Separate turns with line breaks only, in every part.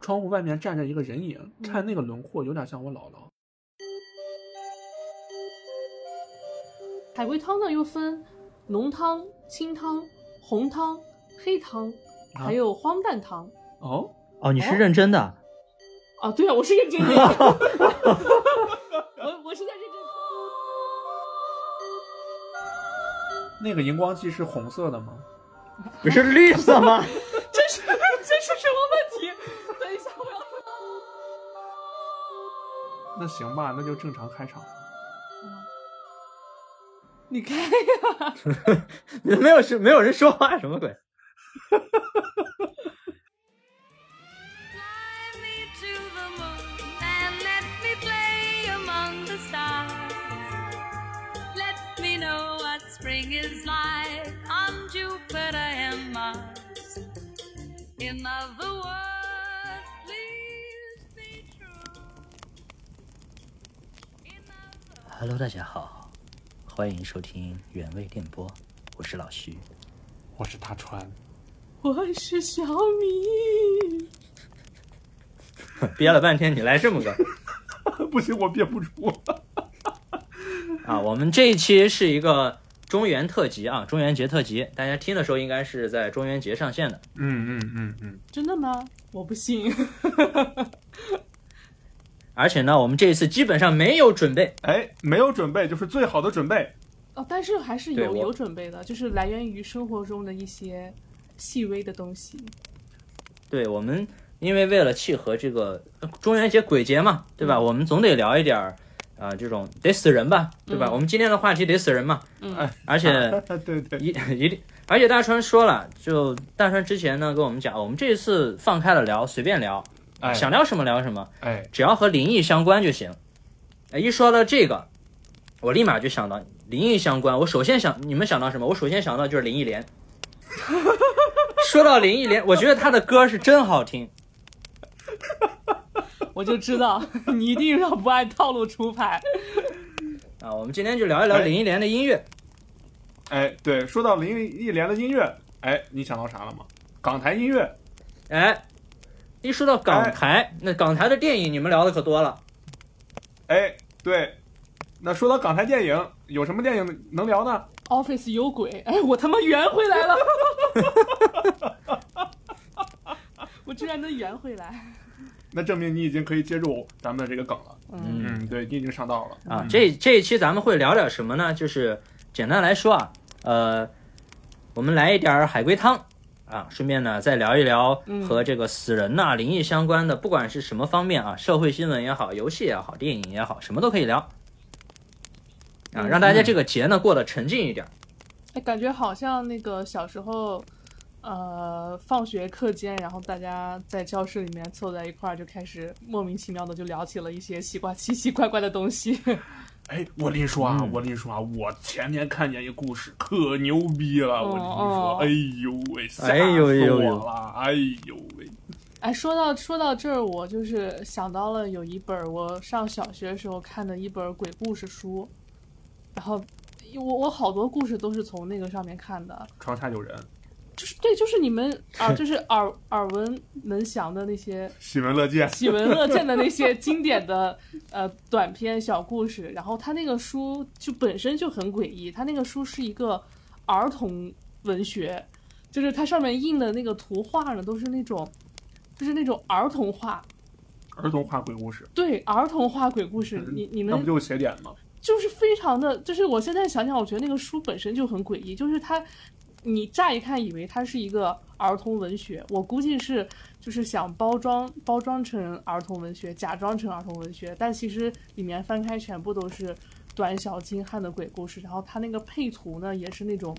窗户外面站着一个人影，
嗯
看那个轮廓有点像我姥姥。
海龟汤呢又分浓汤、清汤、红汤、黑汤，
啊
还有荒诞汤。
哦，
哦，你是认真的，
啊，对啊，我是认真的 呀，我我是在认真的。
那个荧光剂是红色的吗？
不是绿色吗？
这是这是什么问题？等一下，我要
那行吧，那就正常开场。
你开。
没有是没有人说话，什么鬼？
Fly me to the moon and let me play among the stars. Let me know what spring is like on Jupiter and Mars. In other words, please be true. In other
Hello，大家好，欢迎收听原味电波，我是老徐。
我是大川，
我是小米，
憋了半天，你来这么个
不行，我憋不住。
啊！我们这一期是一个中元特辑啊，中元节特辑，大家听的时候应该是在中元节上线的。
嗯嗯嗯嗯，
真的吗？我不信。
而且呢，我们这一次基本上没有准备，
哎，没有准备就是最好的准备。
哦，但是还是
对
有
我
有准备的，就是来源于生活中的一些细微的东西。
对我们，因为为了契合这个呃中元节鬼节嘛，对吧？我们总得聊一点儿啊、这种得死人吧，对吧？
嗯
我们今天的话题得死人嘛，
嗯
哎
而 且
对对，
一一定，而且大川说了，就大川之前呢跟我们讲，我们这一次放开了聊，随便聊，
哎
想聊什么聊什么，
哎，
只要和灵异相关就行。哎，一说到这个，我立马就想到灵异相关。我首先想，你们想到什么？我首先想到就是林忆莲。说到林忆莲，我觉得她的歌是真好听。
我就知道你一定要不按套路出牌。
啊，我们今天就聊一聊
哎
林忆莲的音乐。
哎，对，说到林忆莲的音乐，哎，你想到啥了吗？港台音乐，
哎，一说到港台，那港台的电影你们聊的可多了。
哎，对。那说到港台电影，有什么电影能聊呢？
Office 有鬼，哎，我他妈圆回来了，我居然能圆回来。
那证明你已经可以接住咱们的这个梗了。
嗯，
嗯，对你已经上道了。
啊，
嗯
这这一期咱们会聊点什么呢？就是简单来说啊，呃，我们来一点儿海龟汤啊，顺便呢再聊一聊
嗯
和这个死人呐、灵异相关的，不管是什么方面啊，社会新闻也好，游戏也好，电影也好，什么都可以聊。啊，
嗯
让大家这个节呢过得沉浸一点儿。
哎，感觉好像那个小时候，呃，放学课间，然后大家在教室里面凑在一块儿，就开始莫名其妙的就聊起了一些奇怪、奇奇怪怪的东西。
哎，我跟你说啊，
嗯
我跟你说啊，我前天看见一故事，可牛逼了！我跟
哦
你说，哎呦喂，吓
哎呦
死
呦
我
呦
了！哎呦喂，
哎，说到说到这儿，我就是想到了有一本儿我上小学时候看的一本儿鬼故事书，然后我我好多故事都是从那个上面看的，
床下有人，
就是对，就是你们啊，就是耳耳闻能详的那些
喜闻乐见。
喜闻乐见的那些经典的呃短篇小故事，然后他那个书就本身就很诡异，他那个书是一个儿童文学，就是它上面印的那个图画呢，都是那种就是那种儿童画，
儿童画鬼故事，嗯
对儿童画鬼故事，你你
那不
们
就是邪典吗？
就是非常的，就是我现在想想，我觉得那个书本身就很诡异，就是它，你乍一看以为它是一个儿童文学，我估计是就是想包装包装成儿童文学，假装成儿童文学，但其实里面翻开全部都是短小精悍的鬼故事，然后它那个配图呢也是那种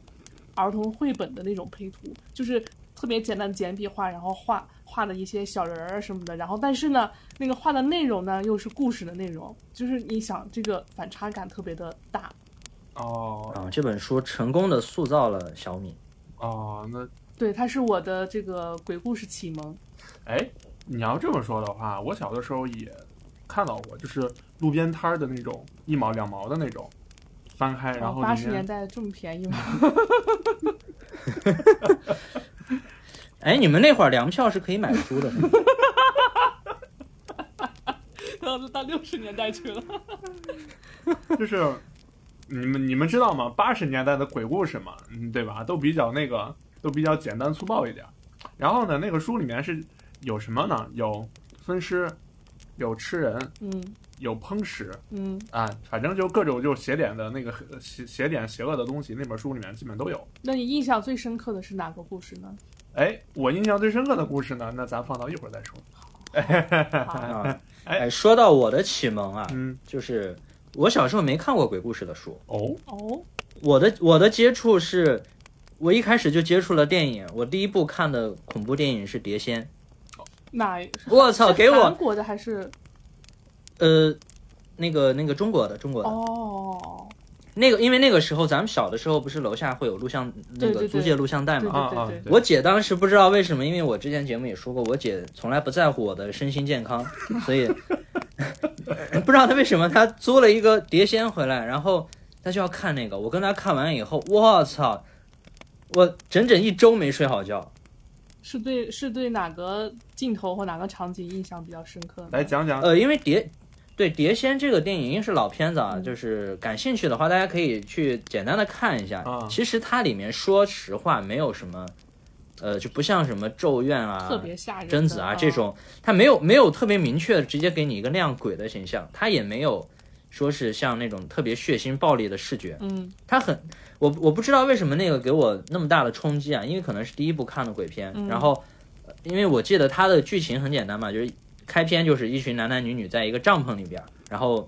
儿童绘本的那种配图，就是特别简单的简笔画，然后画画的一些小人儿啊什么的，然后但是呢，那个画的内容呢又是故事的内容，就是你想这个反差感特别的大。
哦
啊，这本书成功的塑造了小米。
哦，那
对，它是我的这个鬼故事启蒙。
哎，你要这么说的话，我小的时候也看到过，就是路边摊儿的那种一毛两毛的那种，翻开然后
八
里
十年
面
代这么便宜吗？
哎，你们那会儿粮票是可以买书的是吗，
到到六十年代去了。
就是你们你们知道吗？八十年代的鬼故事嘛，嗯，对吧？都比较那个，都比较简单粗暴一点。然后呢，那个书里面是有什么呢？有分尸，有吃人，
嗯
有烹食，
嗯，
啊，反正就各种就邪典的那个邪邪典邪恶的东西，那本书里面基本都有。
那你印象最深刻的是哪个故事 呢？
哎，我印象最深刻的故事呢，那咱放到一会儿再说。
好
啊。
哎
哎，说到我的启蒙啊，
嗯，
就是我小时候没看过鬼故事的书，
哦，
哦，
我的我的接触是，我一开始就接触了电影，我第一部看的恐怖电影是《碟仙
哪》，
我操，给
韩
我
国的还 是
呃那个那个中国的中国的、
哦？
那个，因为那个时候咱们小的时候不是楼下会有录像那
对
个
对对
租借录像带嘛。
对
啊啊
对，
我姐当时不知道为什么，因为我之前节目也说过，我姐从来不在乎我的身心健 康，所以 不知道她为什么她租了一个碟仙回来，然后她就要看那个。我跟她看完以后，我操，我整整一周没睡好觉。
是对是对哪个镜头或哪个场景印象比较深刻呢？
来讲讲。
呃，因为碟对《碟仙》这个电影因为是老片子啊，
嗯
就是感兴趣的话，大家可以去简单的看一下。
啊
其实它里面说实话没有什么，呃，就不像什么《咒怨》啊、
特别吓人的，
贞子啊
哦
这种，它没有没有特别明确的直接给你一个亮鬼的形象，它也没有说是像那种特别血腥暴力的视觉，
嗯
它很，我我不知道为什么那个给我那么大的冲击啊，因为可能是第一部看的鬼片，
嗯
然后呃因为我记得它的剧情很简单嘛，就是开篇就是一群男男女女在一个帐篷里边儿，然后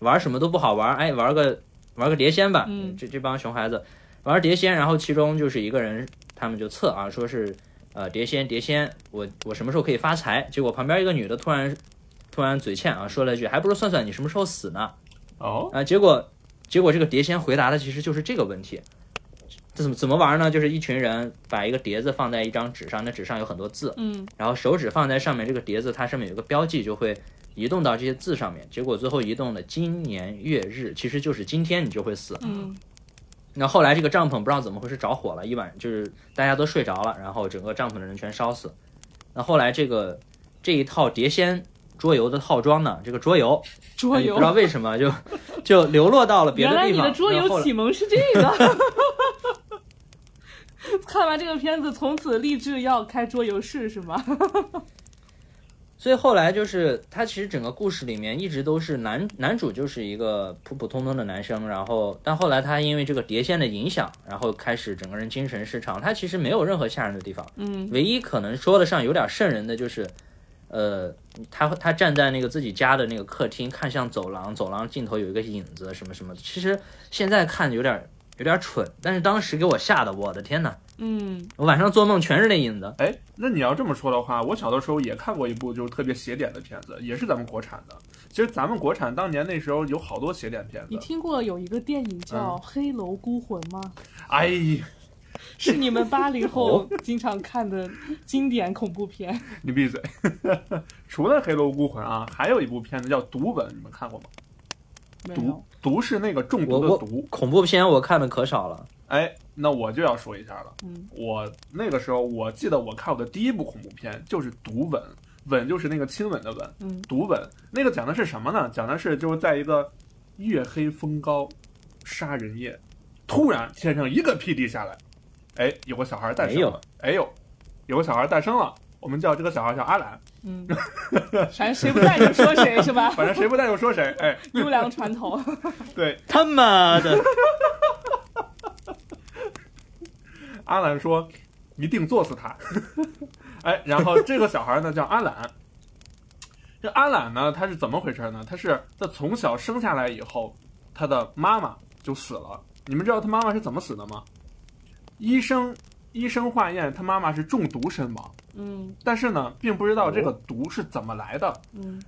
玩什么都不好玩儿，哎，玩个玩个碟仙吧，
嗯
这这帮熊孩子玩碟仙，然后其中就是一个人他们就测啊，说是呃碟仙碟仙，我我什么时候可以发财？结果旁边一个女的突然突然嘴欠啊，说了一句，还不如算算你什么时候死呢。
哦，
啊，结果结果这个碟仙回答的其实就是这个问题。这怎么怎么玩呢？就是一群人把一个碟子放在一张纸上，那纸上有很多字，
嗯
然后手指放在上面，这个碟子它上面有个标记，就会移动到这些字上面。结果最后移动的今年月日，其实就是今天你就会死。
嗯
那后来这个帐篷不知道怎么回事着火了，一晚就是大家都睡着了，然后整个帐篷的人全烧死。那后来这个这一套碟仙桌游的套装呢，这个桌游
桌
也
游
哎不知。道为什么就 就流落到了别的
原
地方。
来你的桌
那后
游
来
启蒙是这 个。看完这个片子，从此立志要开桌游室是吗？
所以后来就是他其实整个故事里面一直都是男男主就是一个普普通通的男生，然后但后来他因为这个碟仙的影响，然后开始整个人精神失常。他其实没有任何吓人的地方，
嗯
唯一可能说得上有点瘆人的就是，呃，他他站在那个自己家的那个客厅，看向走廊，走廊尽头有一个影子什么什么的。其实现在看有点有点蠢，但是当时给我吓得，我的天呐，
嗯，
我晚上做梦全是那影子。
哎，那你要这么说的话，我小的时候也看过一部就是特别邪典的片子，也是咱们国产的。其实咱们国产当年那时候有好多邪典片
你
子。
听过有一个电影叫《黑楼孤魂》吗？
哎，
是哦你们八零后经常看的经典恐怖片。
你闭嘴！ 除了《黑楼孤魂》啊，还有一部片子叫《毒吻》，你们看过吗？
没有
毒，毒是那个中毒
我
的
我
毒。
恐怖片我看的可少了。
哎，那我就要说一下了。
嗯
我那个时候，我记得我看我的第一部恐怖片就是《毒吻》，吻就是那个亲吻的吻，《
嗯
毒吻》那个讲的是什么呢？讲的是就是在一个月黑风高、杀人夜，突然天上一个霹雳下来，哎，有个小孩诞生了，哎呦，有个小孩诞生了，我们叫这个小孩叫阿兰，
嗯，反正谁不在就说谁是 吧？
反正谁不带就说谁，哎，
优良传统。
对，
他妈的！
阿兰说一定作死他。 哎，然后这个小孩呢叫阿懒。这阿懒呢，他是怎么回事呢？他是他从小生下来以后，他的妈妈就死了。你们知道他妈妈是怎么死的吗？医生医生化验，他妈妈是中毒身亡，
嗯
但是呢，并不知道这个毒是怎么来的。
嗯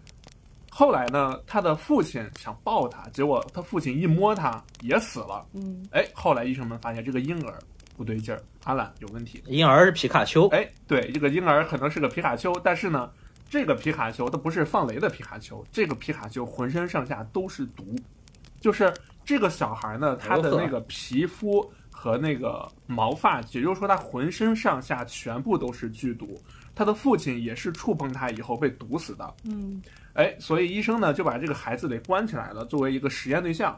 后来呢，他的父亲想抱他，结果他父亲一摸他也死了。
嗯
哎，后来医生们发现这个婴儿不对劲儿，阿懒有问题。
婴儿是皮卡丘，
哎，对，这个婴儿可能是个皮卡丘，但是呢，这个皮卡丘它不是放雷的皮卡丘，这个皮卡丘浑身上下都是毒，就是这个小孩呢，他的
哎呦呵
那个皮肤和那个毛发，也就是说他浑身上下全部都是剧毒，他的父亲也是触碰他以后被毒死的。
嗯
哎，所以医生呢就把这个孩子给关起来了，作为一个实验对象，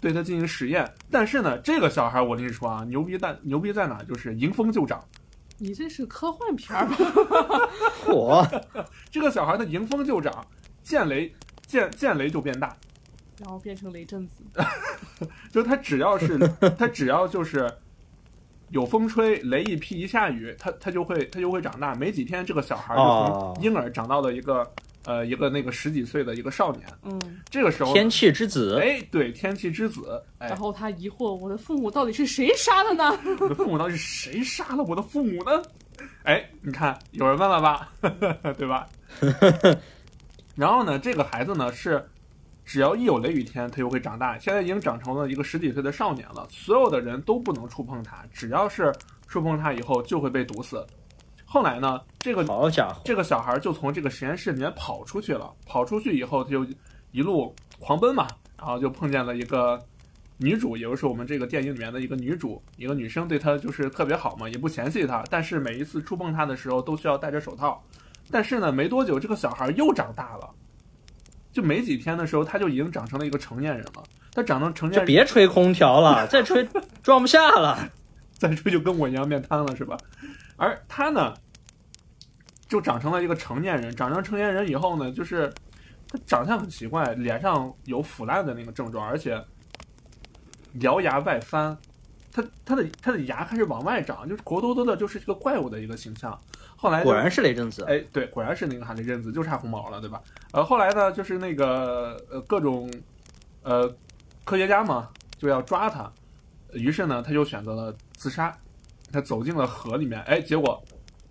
对他进行实验。但是呢，这个小孩我跟你说啊，牛逼在牛逼在哪？就是迎风就长。
你这是科幻片 儿吧？
火，
这个小孩他迎风就长，见雷见见雷就变大，
然后变成雷震子，
就他只要是他只要就是有风吹，雷一劈一下雨，他他就会他就会长大。没几天，这个小孩就
哦
从婴儿长到了一个、呃一个那个十几岁的一个少年。
嗯，
这个时候呢，
天气之子，
哎对天气之子，哎
然后他疑惑我的父母到底是谁杀的呢？
我的父母到底是谁杀了我的父母呢？哎，你看有人问了吧， 对吧？然后呢，这个孩子呢是，只要一有雷雨天，他就会长大。现在已经长成了一个十几岁的少年了，所有的人都不能触碰他，只要是触碰他以后就会被毒死。后来呢，这个
好家伙，
这个小孩就从这个实验室里面跑出去了。跑出去以后，他就一路狂奔嘛，然后就碰见了一个女主，也就是我们这个电影里面的一个女主，一个女生对他就是特别好嘛，也不嫌弃他，但是每一次触碰他的时候都需要戴着手套。但是呢，没多久这个小孩又长大了，就没几天的时候，他就已经长成了一个成年人了。他长成成年
就
人，
别吹空调
哎
了，再吹装不下了。
再吹就跟我一样面瘫了，是吧？而他呢，就长成了一个成年人。长成成年人以后呢，就是他长相很奇怪，脸上有腐烂的那个症状，而且獠牙外翻，他他的他的牙开始往外长，就是活脱脱的就是这个怪物的一个形象。后来就
果然是雷震子，
哎，对，果然是那个哈雷震子，就差红毛了，对吧？呃，后来呢，就是那个呃各种呃科学家嘛，就要抓他，于是呢，他就选择了自杀，他走进了河里面，哎，结果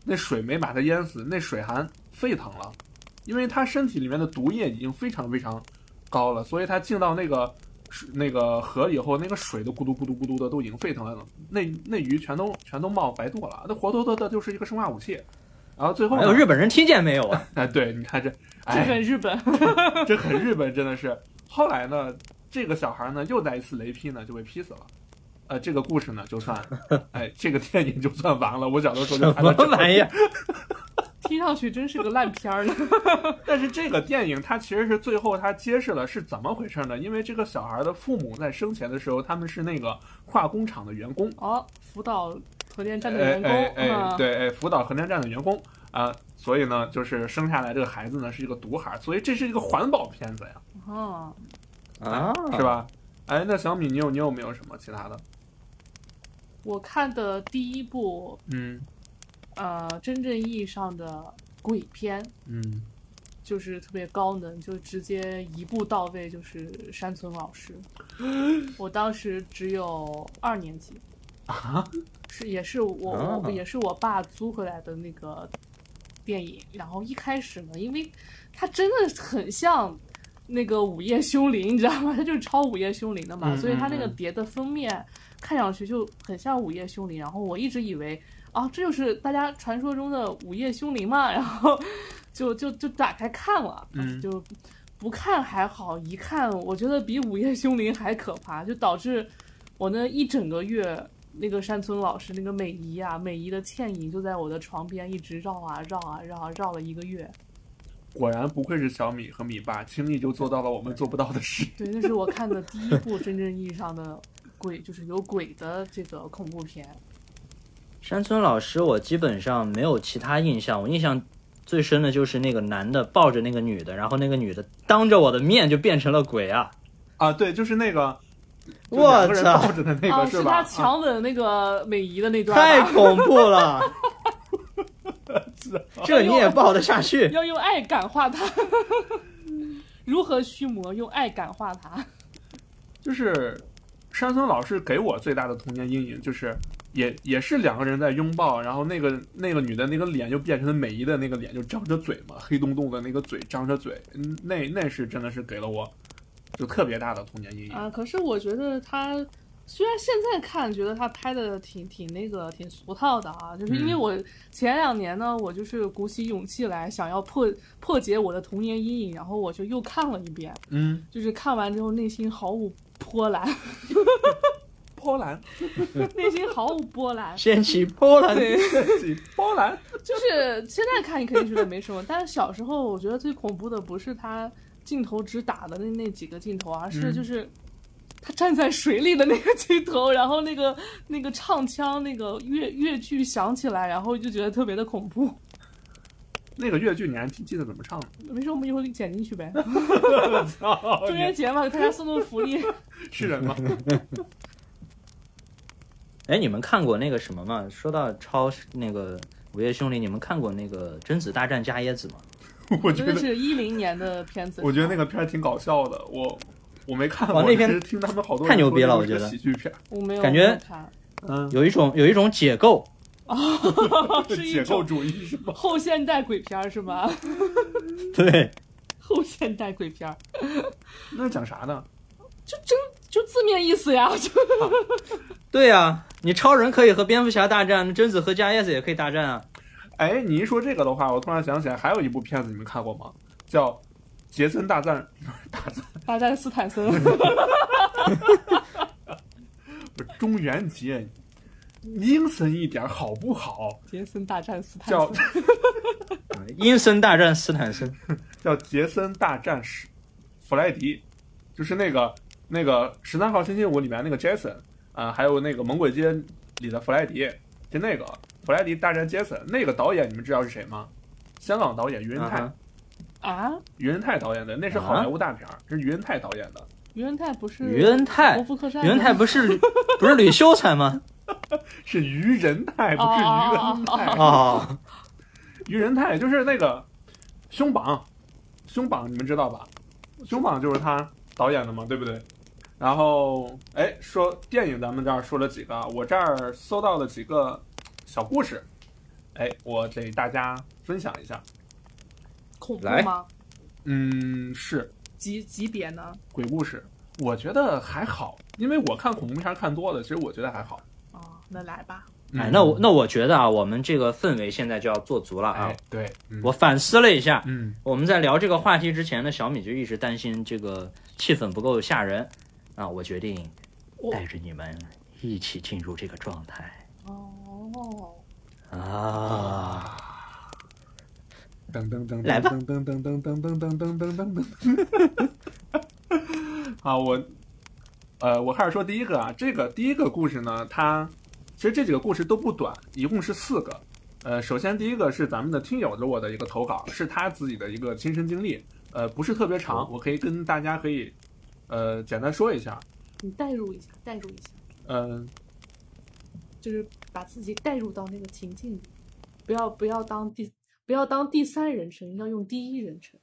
那水没把他淹死，那水还沸腾了，因为他身体里面的毒液已经非常非常高了，所以他进到那个。水那个河以后，那个水都咕嘟咕嘟咕嘟的都已经沸腾了，那那鱼全都全都冒白肚了，那活脱脱的就是一个生化武器。然后最后
还
呢
有哎日本人听见没有 啊？
哎，对，你看这，
这
哎，
个日本，
这很日本，真的是。后来呢，这个小孩呢，又在一次雷劈呢，就被劈死了。呃，这个故事呢，就算，哎，这个电影就算完了。我小的时候就
什
看到
么
这个
玩意儿？
听上去真是个烂片儿呢。
但是这个电影它其实是最后它揭示了是怎么回事呢？因为这个小孩的父母在生前的时候，他们是那个化工厂的员工，
哦，辅导核电站的
哎
员工，
哎哎，
嗯，
对，哎，辅导核电站的员工啊、所以呢，就是生下来这个孩子呢是一个毒孩，所以这是一个环保片子呀。
哦，
啊，
是？吧？哎，那小米，你有你有没有什么其他的？
我看的第一部
嗯
呃真正意义上的鬼片，
嗯，
就是特别高能，就直接一步到位，就是山村老师。我当时只有二年级啊，是也是我、
啊
我也是我爸租回来的那个电影。然后一开始呢，因为它真的很像那个《午夜凶铃》，你知道吗？它就是抄《午夜凶铃》的嘛，
嗯
所以它那个
嗯嗯
别的封面看上去就很像《午夜凶铃》。然后我一直以为啊，这就是大家传说中的午夜凶铃嘛，然后就就就打开看了，
嗯
就不看还好，一看我觉得比午夜凶铃还可怕，就导致我那一整个月。那个山村老师，那个美姨啊，美姨的倩影就在我的床边一直绕啊绕啊绕啊绕了一个月。
果然不愧是小米和米爸，轻易就做到了我们做不到的事。
对，那是我看的第一部真正意义上的鬼，就是有鬼的这个恐怖片。
山村老师，我基本上没有其他印象，我印象最深的就是那个男的抱着那个女的，然后那个女的当着我的面就变成了鬼啊！
啊，对，就是那个，就两
我
个人
操
抱，着的那个、
啊，
是吧？
他强吻那个美姨的那段吧
太恐 怖了！这你也抱得下去？
要用爱感化他。 如何驱魔？用爱感化他。
就是山村老师给我最大的童年阴影就是。也也是两个人在拥抱，然后那个那个女的那个脸就变成了美姨的那个脸，就张着嘴嘛，黑洞洞的那个嘴张着嘴，嗯那那是真的是给了我就特别大的童年阴影。
啊，可是我觉得他虽然现在看觉得他拍的挺挺那个挺俗套的啊，就是因为
嗯
我前两年呢，我就是鼓起勇气来想要破破解我的童年阴影，然后我就又看了一遍，
嗯，
就是看完之后内心毫无波澜，
波澜，
内心毫无波澜。
掀起波澜。
对，
掀起波澜。
就是现在看你肯定觉得没什么， 但是小时候我觉得最恐怖的不是他镜头只打的那那几个镜头，而是
嗯
就是他站在水里的那个镜头，然后那个那个唱腔那个越越剧响起来，然后就觉得特别的恐怖。
那个越剧你还记记得怎么唱的？
没事，我们一会儿给你剪进去呗。
哦我操
中元节嘛，给大家送送福利。
是人吗？
哎，你们看过那个什么吗？说到超那个午夜凶铃，你们看过那个《贞子大战伽椰子》吗？
我觉
真的
得，
是一零年的片子，哦
我觉得那个片儿挺搞笑的。我我没看过，
哇那片
我只是听他们好多人
太牛逼了
说这是
我觉得
喜剧片儿。
我没有
感觉
看，
嗯，
有一种有一种解构，
是一
解构
种
主义是吗？
后现代鬼片儿是吧？
对，
后现代鬼片儿
那讲啥呢？
就真就字面意思呀，就
对呀、你超人可以和蝙蝠侠大战，贞子和伽椰子也可以大战啊。
哎，你一说这个的话，我突然想起来，还有一部片子你们看过吗？叫《杰森大战》，
大战斯坦森。
不是中元节，阴森一点儿好不好？
杰森大战斯坦
叫
森，
阴森大战斯坦森，
叫《杰森大战史弗莱迪》，就是那个那个十三号星期五里面那个 Jason 啊、还有那个《猛鬼街》里的弗莱迪，就那个弗莱迪大战杰森，那个导演你们知道是谁吗？香港导演余仁
啊
泰，
哈
啊，
余仁泰导演的，那是好莱坞大片儿，是余仁泰导演的，
于恩泰不是
于恩泰
国服客栈
袁泰不是吕不是吕秀才吗？
是余仁泰，不是余仁泰。
哦，
于仁泰就是那个胸榜，胸榜你们知道吧？胸榜就是他导演的嘛，对不对？然后，哎，说电影咱们这儿说了几个，我这儿搜到了几个小故事，哎，我给大家分享一下。
恐怖
来
吗？
嗯，是
级级别呢？
鬼故事，我觉得还好，因为我看恐怖片看多了，其实我觉得还好。
哦，那来吧，
嗯
哎，那我那我觉得啊，我们这个氛围现在就要做足了啊
哎。对，嗯
我反思了一下，
嗯
我们在聊这个话题之前呢，小米就一直担心这个气氛不够吓人啊，我决定
我
带着你们一起进入这个状态
哦，
啊。
噔噔噔，
来吧
噔噔噔噔噔噔噔噔噔噔 噔。好，我呃，我开始说第一个啊，这个第一个故事呢，它其实这几个故事都不短，一共是四个。呃，首先第一个是咱们的听友给我的一个投稿，是他自己的一个亲身经历，呃，不是特别长，我可以跟大家可以呃简单说一下，
你代入一下，代入一下，
呃，
就是把自己代入到那个情境里，不要不要当第不要当第三人称，要用第一人称。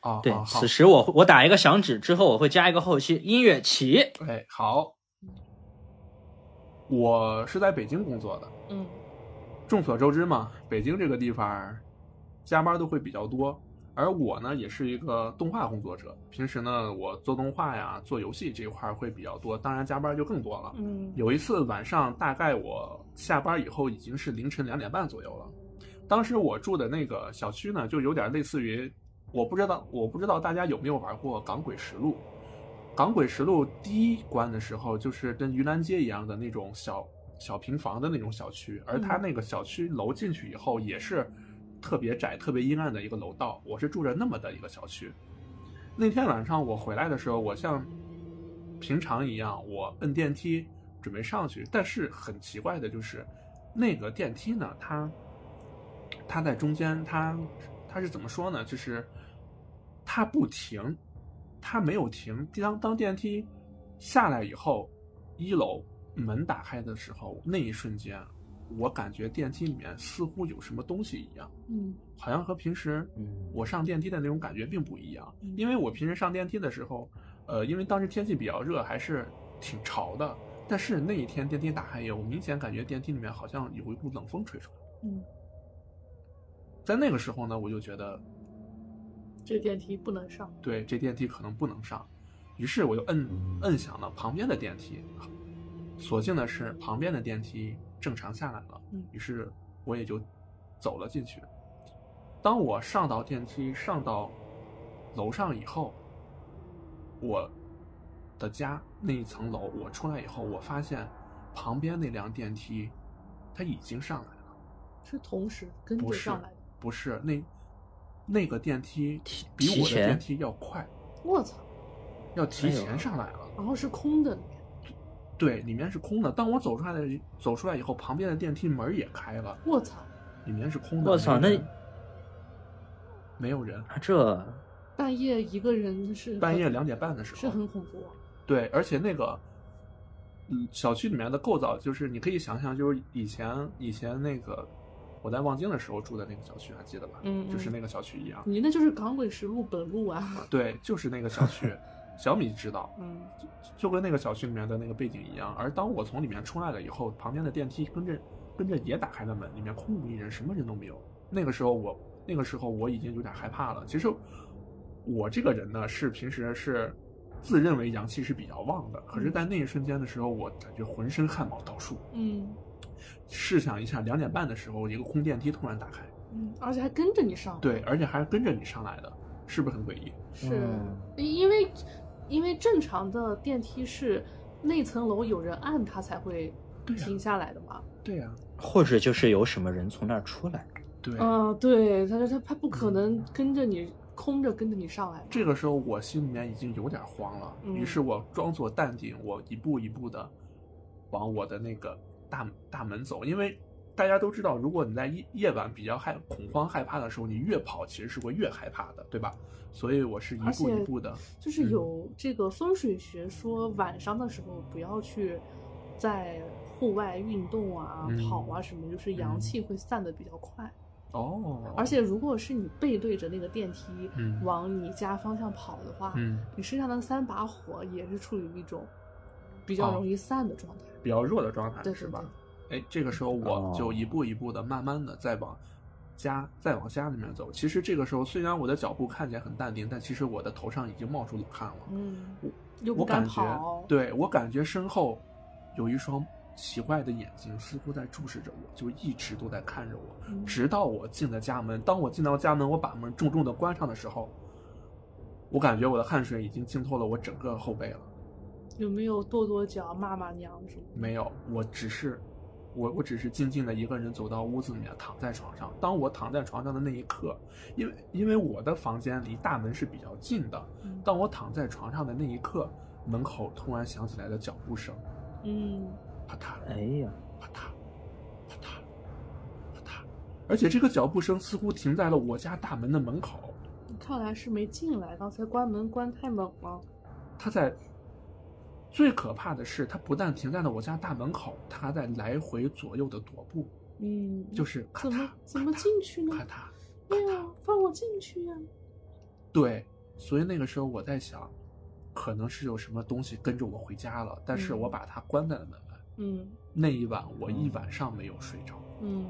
啊，
对
啊，好
此时我我打一个响指之后，我会加一个后期音乐起。
哎，好，我是在北京工作的。
嗯
众所周知嘛，北京这个地方加班都会比较多。而我呢，也是一个动画工作者，平时呢，我做动画呀、做游戏这一块儿会比较多，当然加班就更多了。
嗯
有一次晚上，大概我下班以后已经是凌晨两点半左右了。当时我住的那个小区呢，就有点类似于，我不知道，我不知道大家有没有玩过《港轨实录》。《港轨实录》第一关的时候，就是跟盂兰街一样的那种小小平房的那种小区，而它那个小区楼进去以后也是特别窄、特别阴暗的一个楼道。我是住着那么的一个小区。那天晚上我回来的时候，我像平常一样，我摁电梯准备上去，但是很奇怪的就是，那个电梯呢，它它在中间，它它是怎么说呢？就是它不停，它没有停。当当电梯下来以后，一楼门打开的时候，那一瞬间，我感觉电梯里面似乎有什么东西一样，
嗯
好像和平时
嗯，
我上电梯的那种感觉并不一样
嗯，
因为我平时上电梯的时候，呃，因为当时天气比较热，还是挺潮的。但是那一天电梯打开以后，我明显感觉电梯里面好像有一股冷风吹出来。
嗯，
在那个时候呢，我就觉得
这个电梯不能上。
对这电梯可能不能上，于是我就摁摁响了旁边的电梯。所幸的是，旁边的电梯正常下来了
嗯，
于是我也就走了进去。当我上到电梯，上到楼上以后，我的家那一层楼，我出来以后，我发现旁边那辆电梯，它已经上来了。
是同时跟
不
着
是
上来的。
不是那那个电梯
提
比
提
我的
前
电梯要快，
我操！
要提
哎呦
前上来了。
然后是空的里面，
对，里面是空的。当我走出来的走出来以后，旁边的电梯门也开了，
我操！
里面是空的。
我
没
操
有
那
人没有人。
啊这
半夜一个人是
半夜
很
两点半的时候，
是很恐怖。
对，而且那个，嗯，小区里面的构造就是你可以想象，就是以前以前那个我在望京的时候住的那个小区，还记得吧？
嗯嗯
就是那个小区一样。
你那就是港诡实录本录啊，
对，就是那个小 区，小米知道，
嗯，
就跟那个小区里面的那个背景一样。而当我从里面出来了以后，旁边的电梯跟着跟着也打开了门，里面空无一人，什么人都没有。那个时候我那个时候我已经有点害怕了。其实我这个人呢，是平时是自认为阳气是比较旺的，可是，在那一瞬间的时候，我感觉浑身汗毛倒竖。
嗯
试想一下，两点半的时候，一个空电梯突然打开，
嗯，而且还跟着你上，，
对，而且还跟着你上来的，是不是很诡异？
是
嗯
因为因为正常的电梯是那层楼有人按它才会
对呀
停下来的嘛，
对呀、
或者就是有什么人从那儿出来，
对。啊嗯
嗯，对，他说他他不可能跟着你空着跟着你上来，
这个时候我心里面已经有点慌了，
嗯
于是我装作淡定，我一步一步的往我的那个大大门走，因为大家都知道，如果你在夜夜晚比较害恐慌害怕的时候，你越跑其实是会越害怕的，对吧？所以我是一
而
步
且
一步的，
就是
嗯
有这个风水学说，晚上的时候不要去在户外运动啊、
嗯
跑啊什么，就是阳气会散的比较快。
哦，
而且如果是你背对着那个电梯、
嗯
往你家方向跑的话，
嗯
你身上的三把火也是处于一种比较
哦
容易散的状态。
比较弱的状态
对对
是吧？哎，这个时候
哦
我就一步一步的，慢慢的再往家再往家里面走。其实这个时候虽然我的脚步看起来很淡定，但其实我的头上已经冒出冷汗了。
嗯
我，
又不
我
敢
感
跑
觉，，对我感觉身后有一双奇怪的眼睛，似乎在注视着我，就一直都在看着我，
嗯
直到我进了家门。当我进到家门，我把门重重的关上的时候，我感觉我的汗水已经浸透了我整个后背了。
有没有跺跺脚、骂骂娘什么的？
没有，我只是，我我只是静静的一个人走到屋子里面，躺在床上。当我躺在床上的那一刻，因为因为我的房间离大门是比较近的，
嗯
当我躺在床上的那一刻，门口突然响起来的脚步声，
嗯，
啪嗒。
哎呀，
啪嗒，啪嗒，啪嗒，而且这个脚步声似乎停在了我家大门的门口。
看来是没进来，刚才关门关太猛了。
它在，最可怕的是，它不但停在了我家大门口，它还在来回左右的踱步，
嗯，
就是咔嗒
怎么怎么进去呢
咔嗒，？咔嗒，
哎
咔
呀
嗒。，
放我进去呀、
对，所以那个时候我在想，可能是有什么东西跟着我回家了，但是
嗯
我把它关在了门外。
嗯
那一晚我一晚上没有睡着。
嗯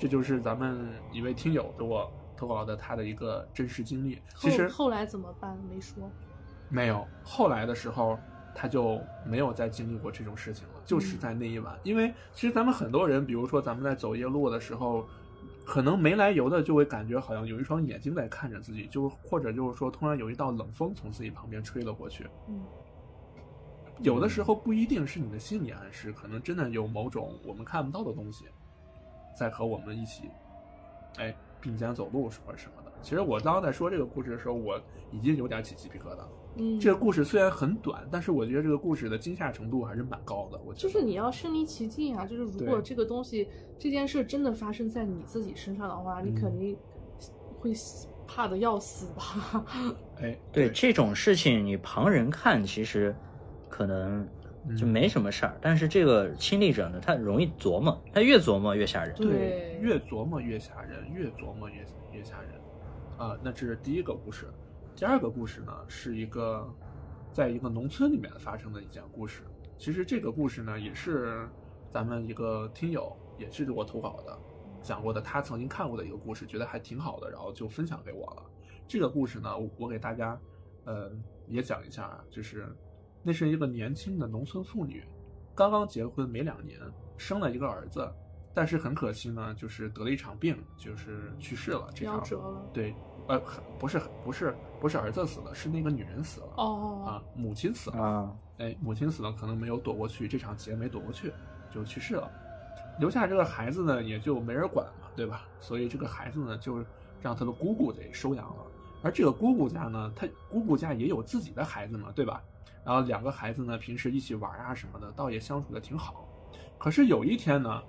这就是咱们一位听友给我投稿的他的一个真实经历。其
后
实
后来怎么办？没说。
没有，后来的时候他就没有再经历过这种事情了，就是在那一晚。因为其实咱们很多人，比如说咱们在走夜路的时候，可能没来由的就会感觉好像有一双眼睛在看着自己，就或者就是说突然有一道冷风从自己旁边吹了过去。
嗯
有的时候不一定是你的心理暗示，可能真的有某种我们看不到的东西，在和我们一起，哎，并肩走路或者什么的。其实我刚刚在说这个故事的时候，我已经有点起鸡皮疙瘩了。
嗯，
这个故事虽然很短，但是我觉得这个故事的惊吓程度还是蛮高的。我觉
就
得
是你要身临其境啊！就是如果
对
这个东西这件事真的发生在你自己身上的话，你
嗯
肯定会怕的要死吧？
哎，
对这种事情，你旁人看其实可能就
嗯
没什么事儿，但是这个亲历者呢，他容易琢磨，他越琢磨越吓人。
对
越琢磨越吓人，越琢磨越越吓人。啊、那这是第一个故事。第二个故事呢，是一个在一个农村里面发生的一件故事。其实这个故事呢，也是咱们一个听友也是我投稿的，讲过的他曾经看过的一个故事，觉得还挺好的，然后就分享给我了。这个故事呢，我我给大家呃也讲一下啊，就是那是一个年轻的农村妇女，刚刚结婚没两年，生了一个儿子，但是很可惜呢，就是得了一场病，就是去世了。 这
夭
场
折了。
对，呃，不是不是不是儿子死了，是那个女人死了、
哦，
啊，母亲死了。
啊，
哎，母亲死了，可能没有躲过去，这场劫没躲过去，就去世了。留下这个孩子呢，也就没人管了，对吧？所以这个孩子呢，就让他的姑姑给收养了。而这个姑姑家呢，她姑姑家也有自己的孩子嘛，对吧？然后两个孩子呢，平时一起玩啊什么的，倒也相处的挺好。可是有一天呢，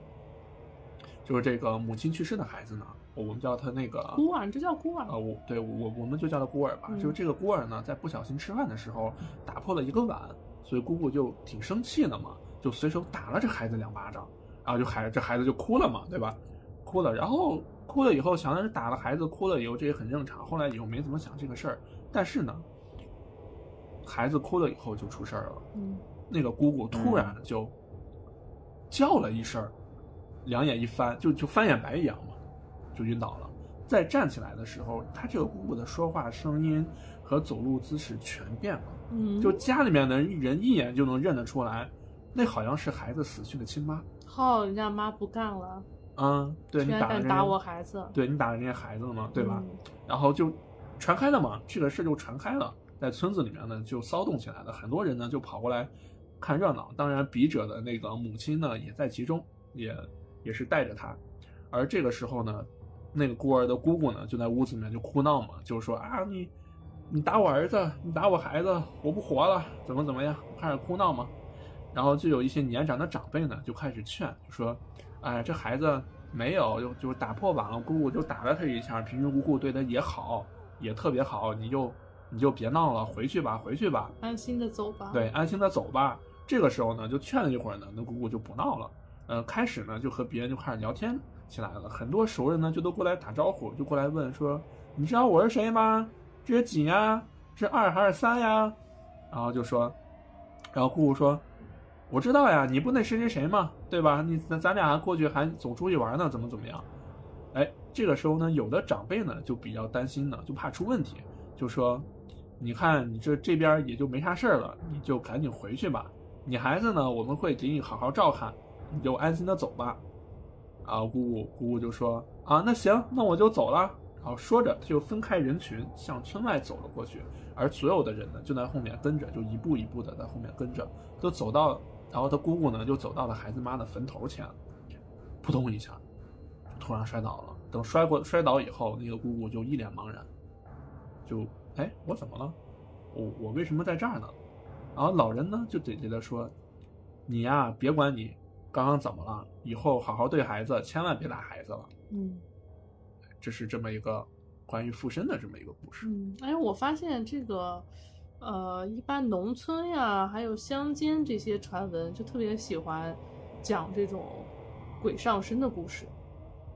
就是这个母亲去世的孩子呢，我们叫他那个
孤儿，啊这叫孤儿。
呃，我对我我们就叫他孤儿吧。
嗯
就是这个孤儿呢，在不小心吃饭的时候打破了一个碗，所以姑姑就挺生气的嘛，就随手打了这孩子两巴掌，然后就孩这孩子就哭了嘛，对吧？哭了，然后哭了以后，想的是打了孩子哭了以后，这也很正常。后来以后没怎么想这个事儿，但是呢，孩子哭了以后就出事儿了。
嗯，
那个姑姑突然就叫了一声儿，两眼一翻，就就翻眼白一样嘛，就晕倒了。再站起来的时候，她这个姑姑的说话声音和走路姿势全变了，
嗯，
就家里面的人一眼就能认得出来，那好像是孩子死去的亲妈。
好，人家妈不干了，
嗯，对
居
你
然
打了
敢
人
打
家
我孩子，
对你打了人家孩子了嘛，对吧？
嗯
然后就传开了嘛，这个事就传开了，在村子里面呢就骚动起来了，很多人呢就跑过来看热闹，当然笔者的那个母亲呢也在其中，也也是带着他，而这个时候呢，那个孤儿的姑姑呢就在屋子里面就哭闹嘛，就说啊你你打我儿子，你打我孩子，我不活了，怎么怎么样，开始哭闹嘛，然后就有一些年长的长辈呢，就开始劝，就说：“哎，这孩子没有，就就是打破碗了，姑姑就打了他一下，平平无故对他也好，也特别好，你就你就别闹了，回去吧，回去吧，
安心的走吧。
对，，安心的走吧。”这个时候呢，就劝了一会儿呢，那姑姑就不闹了。呃，开始呢就和别人就开始聊天起来了，很多熟人呢就都过来打招呼，就过来问说：“你知道我是谁吗？这是几呀？这是二还是三呀？”然后就说，然后姑姑说：“我知道呀，你不那谁谁谁吗？对吧？你咱咱俩过去还总出去玩呢，怎么怎么样？”哎，这个时候呢，有的长辈呢就比较担心呢，就怕出问题，就说：“你看你这这边也就没啥事儿了，你就赶紧回去吧。你孩子呢，我们会给你好好照看，你就安心的走吧。”啊，姑姑姑姑就说：“啊，那行，那我就走了。”然后说着，他就分开人群向村外走了过去。而所有的人呢就在后面跟着，就一步一步的在后面跟着，都走到，然后他姑姑呢就走到了孩子妈的坟头前，扑通一下，就突然摔倒了。等摔过摔倒以后，那个姑姑就一脸茫然，就哎我怎么了？我我为什么在这儿呢？然后老人呢就得给他说，你呀、别管你刚刚怎么了，以后好好对孩子，千万别打孩子了。
嗯
这是这么一个关于附身的这么一个故事。
嗯，哎，我发现这个。呃，一般农村呀，还有乡间这些传闻，就特别喜欢讲这种鬼上身的故事。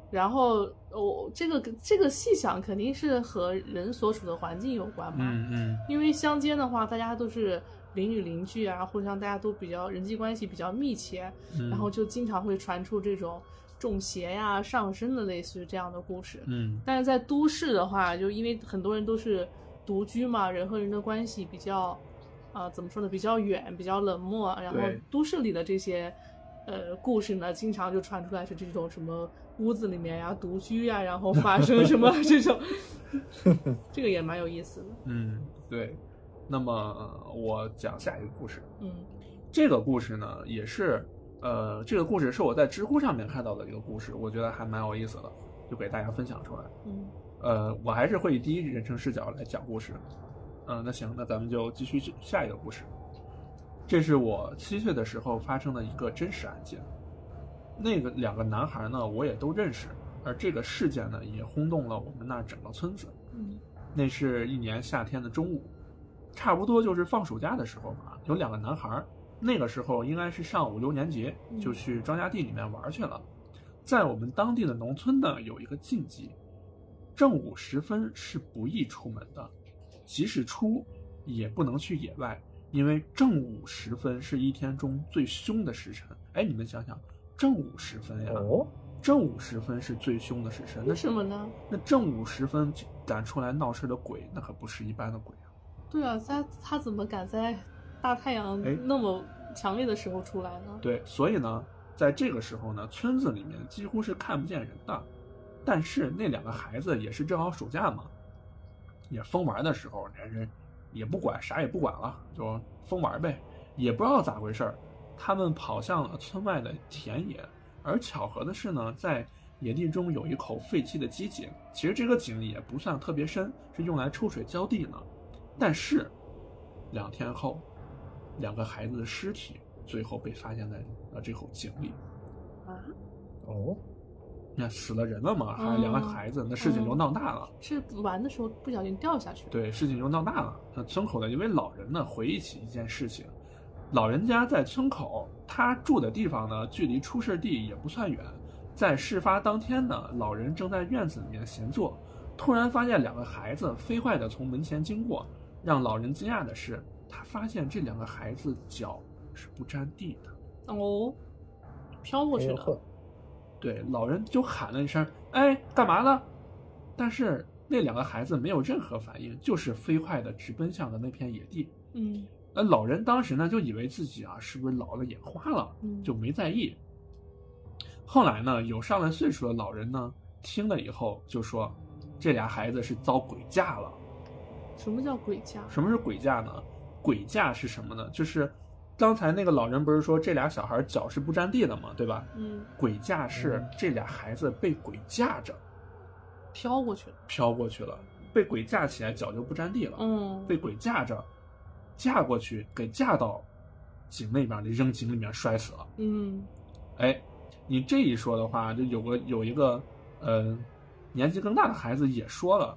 然后，我、这个这个细想，肯定是和人所处的环境有关嘛。
嗯
因为乡间的话，大家都是邻里邻居啊，互相大家都比较人际关系比较密切，
嗯
然后就经常会传出这种中邪呀、上身的类似于这样的故事。
嗯
但是在都市的话，就因为很多人都是独居嘛，人和人的关系比较，啊、怎么说呢，比较远，比较冷漠。然后
对
都市里的这些，呃，故事呢，经常就传出来是这种什么屋子里面呀、独居呀、然后发生什么 这 种，这个也蛮有意思的。
嗯，对。那么呃我讲下一个故事。
嗯
这个故事呢，也是呃，这个故事是我在知乎上面看到的一个故事，我觉得还蛮有意思的，就给大家分享出来。
嗯
呃，我还是会以第一人称视角来讲故事。嗯、那行，那咱们就继续下一个故事。这是我七岁的时候发生的一个真实案件。那个两个男孩呢，我也都认识，而这个事件呢，也轰动了我们那整个村子。
嗯
那是一年夏天的中午，差不多就是放暑假的时候吧。有两个男孩儿，那个时候应该是上五六年级，
嗯
就去庄稼地里面玩去了。在我们当地的农村呢，有一个禁忌，正午时分是不宜出门的，即使出也不能去野外，因为正午时分是一天中最凶的时辰。哎，你们想想，正午时分呀，
哦，
正午时分是最凶的时辰，那
为
是
什么呢？
那正午时分赶出来闹事的鬼，那可不是一般的鬼啊！
对啊，他他怎么敢在大太阳
哎
那么强烈的时候出来呢？
对，所以呢，在这个时候呢，村子里面几乎是看不见人的。但是那两个孩子也是正好暑假嘛，也疯玩的时候，人人也不管啥也不管了，就疯玩呗，也不知道咋回事儿。他们跑向了村外的田野，而巧合的是呢，在野地中有一口废弃的机井，其实这个井也不算特别深，是用来抽水浇地呢。但是两天后，两个孩子的尸体最后被发现在呃这口井里。
啊，
哦，
那死了人了嘛，还有两个孩子，那事情就闹大了。
是玩的时候不小心掉下去的。
对，事情就闹大了。那村口的一位老人呢，回忆起一件事情，老人家在村口，他住的地方呢，距离出事地也不算远。在事发当天呢，老人正在院子里面闲坐，突然发现两个孩子飞快地从门前经过。让老人惊讶的是，他发现这两个孩子脚是不沾地的。
哦，飘过
哎
去
呦
的。
呵，
对，老人就喊了一声：“哎，干嘛呢？”但是那两个孩子没有任何反应，就是飞快地直奔向了那片野地。
嗯
那老人当时呢，就以为自己啊是不是老了眼花了，
嗯，
就没在意。后来呢，有上了岁数的老人呢，听了以后就说，这俩孩子是遭鬼架了。
什么叫鬼家？
什么是鬼架呢？鬼架是什么呢？就是刚才那个老人不是说这俩小孩脚是不沾地的吗？对吧？
嗯，
鬼架是
嗯
这俩孩子被鬼架着
飘过去的。
飘过去了，被鬼架起来，脚就不沾地了。
嗯，
被鬼架着，架过去给架到井那边，扔井里面摔死了。
嗯
哎，你这一说的话，就有个有一个呃年纪更大的孩子也说了，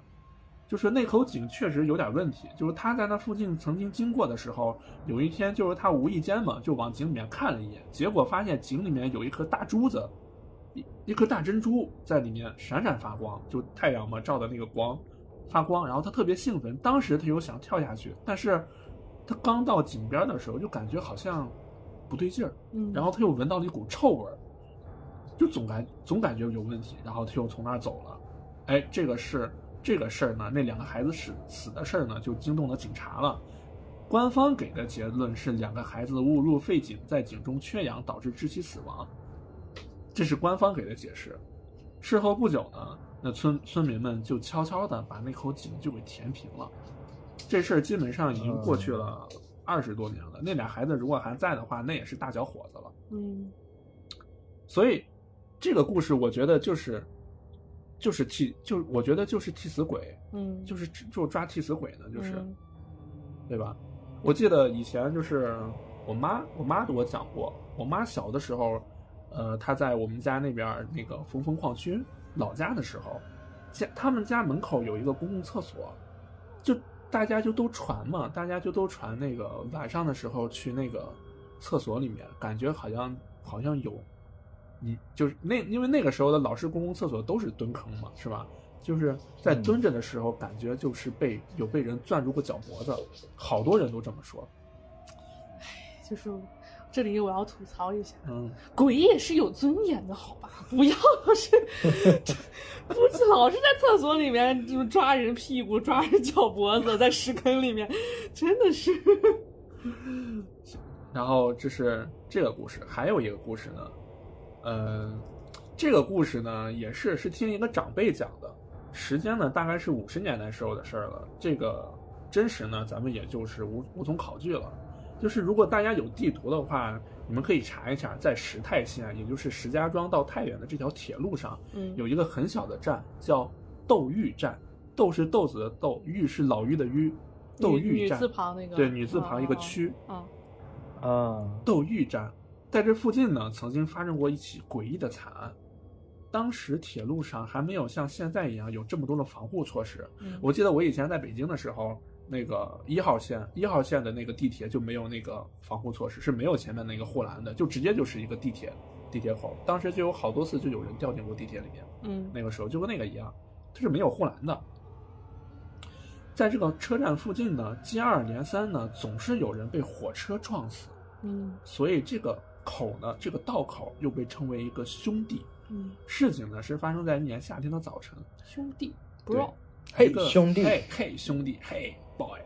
就是那口井确实有点问题，就是他在那附近曾经经过的时候，有一天就是他无意间嘛，就往井里面看了一眼，结果发现井里面有一颗大珠子。一一颗大珍珠在里面闪闪发光，就太阳嘛照的那个光发光，然后他特别兴奋，当时他有想跳下去，但是他刚到井边的时候就感觉好像不对劲儿，
嗯，
然后他又闻到了一股臭味儿，就总感总感觉有问题，然后他又从那儿走了。哎，这个事这个事儿呢，那两个孩子死死的事儿呢，就惊动了警察了。官方给的结论是两个孩子误入废井，在井中缺氧导致窒息死亡，这是官方给的解释。事后不久呢，那村村民们就悄悄的把那口井就给填平了。这事儿基本上已经过去了二十多年了。那俩孩子如果还在的话，那也是大小伙子了。
嗯
所以这个故事，我觉得就是就是替就是我觉得就是替死鬼，
嗯，
就是就抓替死鬼呢，就是、
嗯
对吧？我记得以前就是我妈，我妈给我讲过，我妈小的时候，呃，她在我们家那边儿那个扶风矿区老家的时候，家他们家门口有一个公共厕所，就大家就都传嘛，大家就都传那个晚上的时候去那个厕所里面，感觉好像好像有，你就是那因为那个时候的老式公共厕所都是蹲坑嘛，是吧？就是在蹲着的时候，感觉就是被有被人攥住过脚脖子，好多人都这么说。
就是这里我要吐槽一下，
嗯，
鬼也是有尊严的，好吧？不要老是 不是老是在厕所里面就是抓人屁股、抓人脚脖子，在屎坑里面，真的是
然后这是这个故事，还有一个故事呢，呃，这个故事呢也是是听一个长辈讲的，时间呢大概是五十年代时候的事儿了，这个真实呢咱们也就是无无从考据了。就是如果大家有地图的话，你们可以查一下，在石太县，也就是石家庄到太原的这条铁路上，
嗯
有一个很小的站叫斗玉站，斗是豆子的斗，玉是老玉的玉，斗
女
玉
女
站
字，旁那个
对，女字旁一个，区，
啊
啊，
斗玉站。在这附近呢，曾经发生过一起诡异的惨案。当时铁路上还没有像现在一样有这么多的防护措施。
嗯
我记得我以前在北京的时候，那个一号线一号线的那个地铁就没有那个防护措施，是没有前面那个护栏的，就直接就是一个地铁地铁口。当时就有好多次就有人掉进过地铁里面。
嗯
那个时候就跟那个一样，它是没有护栏的。在这个车站附近呢，接二连三呢，总是有人被火车撞死，
嗯
所以这个口呢，这个道口又被称为一个兄弟。
嗯，
事情呢是发生在一年夏天的早晨，
兄弟，bro，
嘿
嘿兄弟
嘿嘿兄弟，嘿 boy，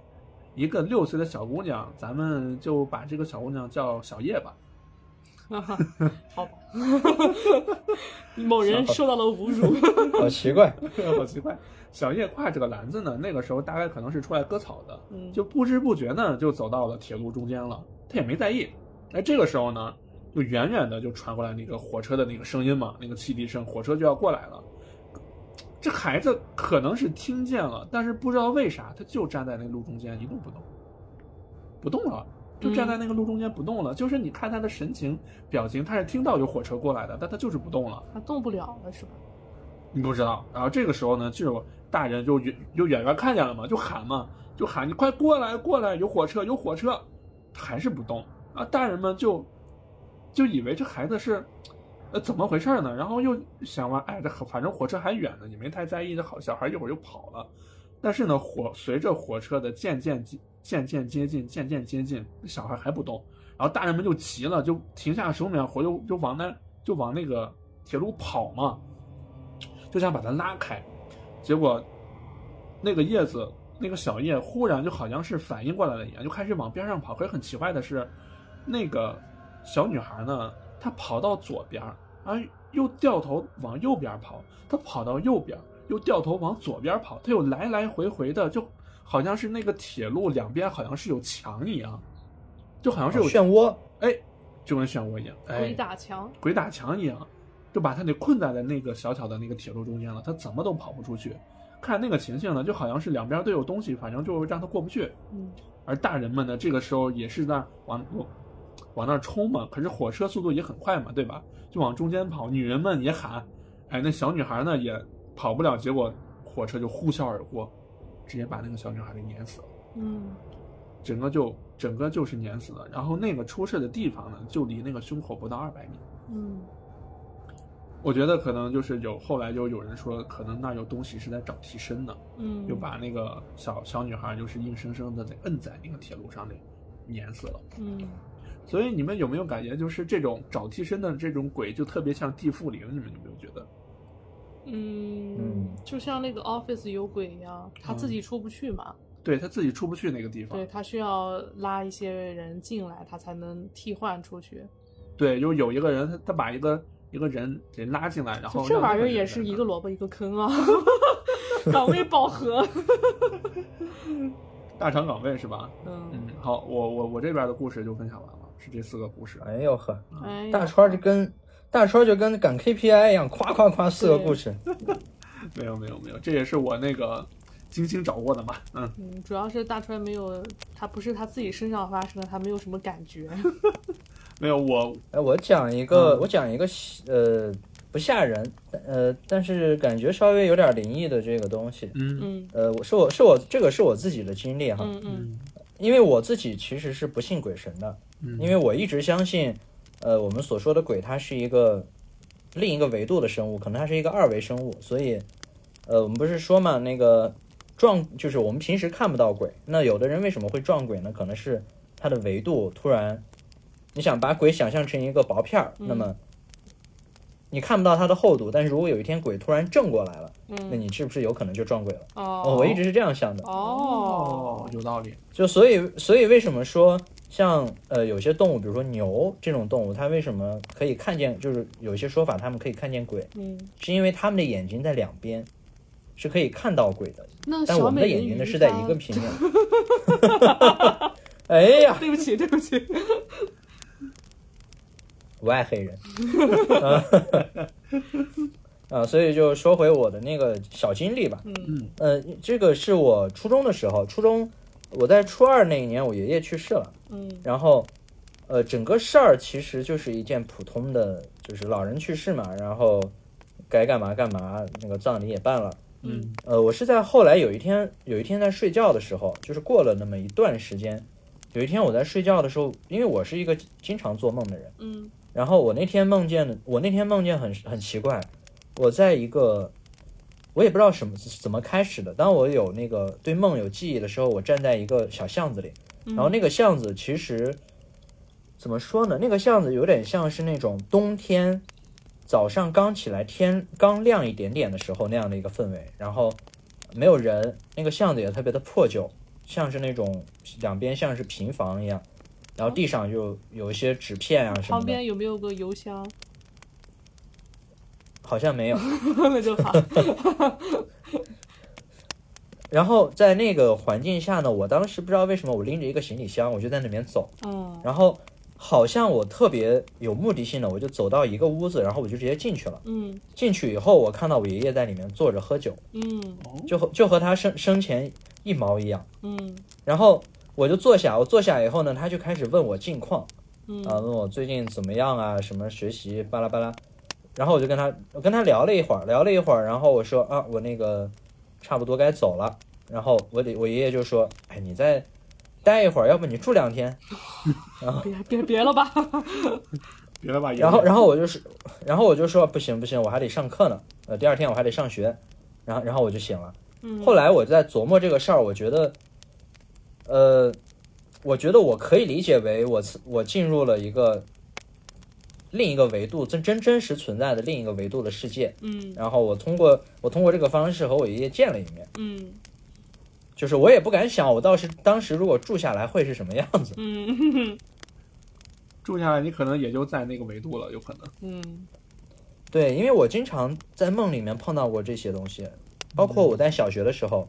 一个六岁的小姑娘，咱们就把这个小姑娘叫小叶吧。
好吧，某人受到了侮辱。
好奇怪，
好奇怪。小夜跨这个篮子呢，那个时候大概可能是出来割草的，
嗯
就不知不觉呢就走到了铁路中间了，他也没在意。哎，这个时候呢，就远远的就传过来那个火车的那个声音嘛，那个汽笛声，火车就要过来了。这孩子可能是听见了，但是不知道为啥，他就站在那路中间一动不动，不动了，就站在那个路中间不动了。就是你看他的神情、表情，他是听到有火车过来的，但他就是不动了。
他动不了了是吧？
你不知道。然后这个时候呢，就有大人就远就远远看见了嘛，就喊嘛，就喊你快过来过来，有火车有火车，还是不动啊！大人们就就以为这孩子是呃怎么回事呢？然后又想完，哎，这反正火车还远呢，也没太在意，这好小孩一会儿就跑了。但是呢，火随着火车的渐渐接渐渐接近，渐渐接近，小孩还不动，然后大人们就急了，就停下手里面活就就往那就往那个铁路跑嘛，就想把它拉开，结果那个叶子，那个小叶忽然就好像是反应过来了一样，就开始往边上跑。可是很奇怪的是，那个小女孩呢，她跑到左边儿，啊，又掉头往右边跑，她跑到右边，又掉头往左边跑，她又来来回回的，就好像是那个铁路两边好像是有墙一样，就好像是有
漩涡，
哎，就跟漩涡一样，哎，
鬼打墙，
鬼打墙一样，就把他给困在了那个小小的那个铁路中间了，他怎么都跑不出去。看那个情形呢，就好像是两边都有东西，反正就是让他过不去。
嗯，
而大人们呢，这个时候也是在往往那儿冲嘛，可是火车速度也很快嘛，对吧？就往中间跑，女人们也喊，哎，那小女孩呢也跑不了，结果火车就呼啸而过，直接把那个小女孩给碾死了。
嗯，
整个就整个就是碾死了，然后那个出事的地方呢，就离那个胸口不到二百米。
嗯，
我觉得可能就是有后来就有人说，可能那儿有东西是在找替身的，
嗯，
就把那个小小女孩就是硬生生的给摁在那个铁路上给碾死了。
嗯，
所以你们有没有感觉，就是这种找替身的这种鬼，就特别像地缚灵？你们有没有觉得？
嗯，
嗯
就像那个 Office 有鬼一样，他
嗯
自己出不去嘛，
对他自己出不去那个地方
对，他需要拉一些人进来，他才能替换出去。
对，就有一个人，他他把一个一个人给拉进来，然后
这
让那
玩意儿
人
也
在
是
那
一
儿
个萝卜一个 坑啊，岗位饱和。
大厂岗位是吧？
嗯，
嗯，好，我我我这边的故事就分享完了，是这四个故事。
哎呦呵，
嗯
哎呀，
大川就跟大川就跟赶 KPI 一样，夸夸夸四个故事，
没有没有没有，这也是我那个精心找过的嘛。嗯，
嗯，主要是大川没有，他不是他自己身上发生的，他没有什么感 觉。
没有我
哎，我讲一个，
嗯
我讲一个，呃，不吓人，呃，但是感觉稍微有点灵异的这个东西，
嗯
嗯
呃，我是我是我这个是我自己的经历哈，
嗯嗯
因为我自己其实是不信鬼神的，
嗯
因为我一直相信，呃，我们所说的鬼，它是一个另一个维度的生物，可能它是一个二维生物，所以，呃，我们不是说嘛，那个撞就是我们平时看不到鬼，那有的人为什么会撞鬼呢？可能是它的维度突然，你想把鬼想象成一个薄片儿，
嗯
那么你看不到它的厚度，但是如果有一天鬼突然正过来了，那
嗯，
你是不是有可能就撞鬼了？
哦，
我一直是这样想的。
哦，
有道理。
就所以，所以为什么说像呃有些动物，比如说牛这种动物，它为什么可以看见？就是有些说法，它们可以看见鬼，
嗯，
是因为它们的眼睛在两边，是可以看到鬼的。
那
但
小
我
美
们的
人
眼
鱼
睛呢
它
是在一个平面。哎呀，
对不起，对不起，
我爱黑人。 啊，啊所以就说回我的那个小经历吧。
嗯
呃，这个是我初中的时候，初中我在初二那一年，我爷爷去世了。
嗯
然后，呃，整个事儿其实就是一件普通的，就是老人去世嘛，然后该干嘛干嘛，那个葬礼也办了。
嗯
呃，我是在后来有一天，有一天在睡觉的时候，就是过了那么一段时间，有一天我在睡觉的时候，因为我是一个经常做梦的人，
嗯
然后我那天梦见的，我那天梦见很很奇怪，我在一个，呃我也不知道什么怎么开始的。当我有那个对梦有记忆的时候，我站在一个小巷子里，
嗯
然后那个巷子其实怎么说呢？那个巷子有点像是那种冬天早上刚起来天刚亮一点点的时候那样的一个氛围，然后没有人，那个巷子也特别的破旧，像是那种两边像是平房一样。然后地上就有一些纸片啊什么
旁
的，
边有没有个邮箱？
好像没有。
那就 好。
然后在那个环境下呢，我当时不知道为什么我拎着一个行李箱，我就在那边走，
嗯
然后好像我特别有目的性的，我就走到一个屋子，然后我就直接进去了。
嗯
进去以后，我看到我爷爷在里面坐着喝酒，
嗯
哦
就和就和他生生前一毛一样。
嗯
然后我就坐下，我坐下以后呢，他就开始问我近况啊，
嗯
问我最近怎么样啊，什么学习巴拉巴拉。然后我就跟他我跟他聊了一会儿，聊了一会儿，然后我说啊，我那个差不多该走了。然后我得我爷爷就说，哎，你再待一会儿，要不你住两天。
别别别了吧。
别了吧，
然后，
后
然后我就是，然后我就说不行不行，我还得上课呢，呃，第二天我还得上学，然后，然后我就醒了。
嗯，
后来我在琢磨这个事儿，我觉得，呃，我觉得我可以理解为我我进入了一个另一个维度，真真真实存在的另一个维度的世界。
嗯
然后我通过我通过这个方式和我爷爷见了一面，
嗯
就是我也不敢想我到时当时如果住下来会是什么样子。
嗯
住下来，你可能也就在那个维度了，有可能。
嗯
对，因为我经常在梦里面碰到过这些东西，包括我在小学的时候，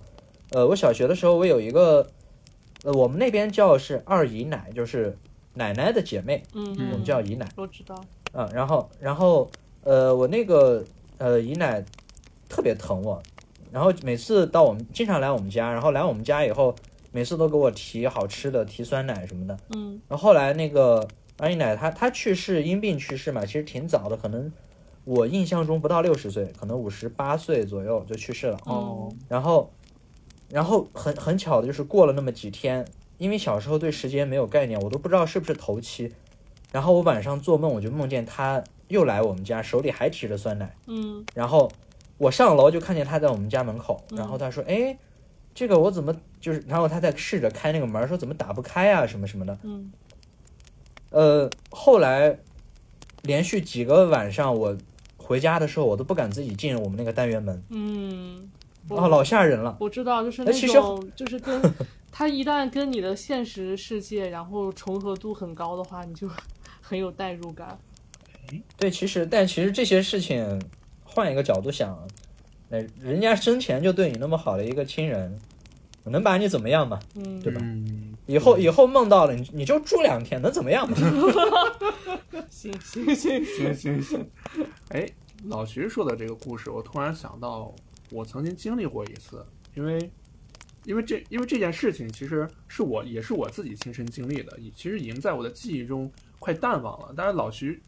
呃，我小学的时候我有一个，呃，我们那边叫是二姨奶，就是奶奶的姐妹，
嗯，
我们叫姨奶
我知道。
啊、然后，然后，呃，我那个呃姨奶特别疼我，然后每次到我们经常来我们家，然后来我们家以后，每次都给我提好吃的，提酸奶什么的。
嗯
然后后来那个二姨奶她她去世因病去世嘛，其实挺早的，可能我印象中不到六十岁，可能五十八岁左右就去世了。
哦
然后，然后很很巧的就是过了那么几天，因为小时候对时间没有概念，我都不知道是不是头七。然后我晚上做梦，我就梦见她又来我们家，手里还提着酸奶。
嗯
然后我上楼就看见他在我们家门口，
嗯
然后他说：“哎，这个我怎么就是？”然后他在试着开那个门，说怎么打不开啊，什么什么的。
嗯
呃，后来连续几个晚上，我回家的时候，我都不敢自己进我们那个单元门，
嗯，我
哦，老吓人了。
我知道，就是
哎
那
其实
种，就是 跟它一旦跟你的现实世界然后重合度很高的话，你就很有代入感。
对，其实但其实这些事情，换一个角度想，那人家生前就对你那么好的一个亲人，我能把你怎么样嘛？
嗯，
对吧
嗯，
以后以后梦到了你，你就住两天，能怎么样嘛？
行行行，
行行行。 哎，老徐说的这个故事，我突然想到，我曾经经历过一次，因为。因为这，因为这件事情其实是我也是我自己亲身经历的，已其实已经在我的记忆中快淡忘了。但是老徐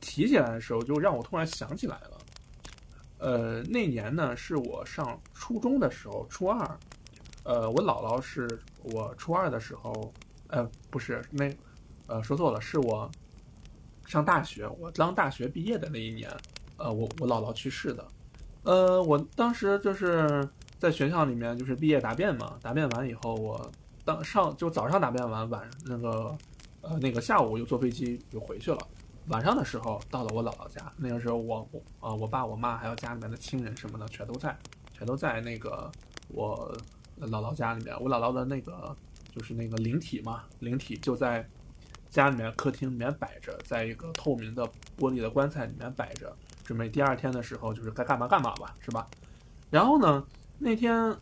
提起来的时候，就让我突然想起来了。呃，那年呢是我上初中的时候，初二。呃，我姥姥是我初二的时候，呃，不是那，呃，说错了，是我上大学，我刚大学毕业的那一年，呃，我我姥姥去世的。呃，我当时就是在学校里面就是毕业答辩嘛，答辩完以后，我当上就早上答辩完，晚那个呃那个下午又坐飞机又回去了。晚上的时候到了我姥姥家，那个时候我我啊、我爸我妈还有家里面的亲人什么的全都在，全都在那个我姥姥家里面。我姥姥的那个就是那个灵体嘛，灵体就在家里面客厅里面摆着，在一个透明的玻璃的棺材里面摆着，准备第二天的时候就是该干嘛干嘛吧，是吧？然后呢，那天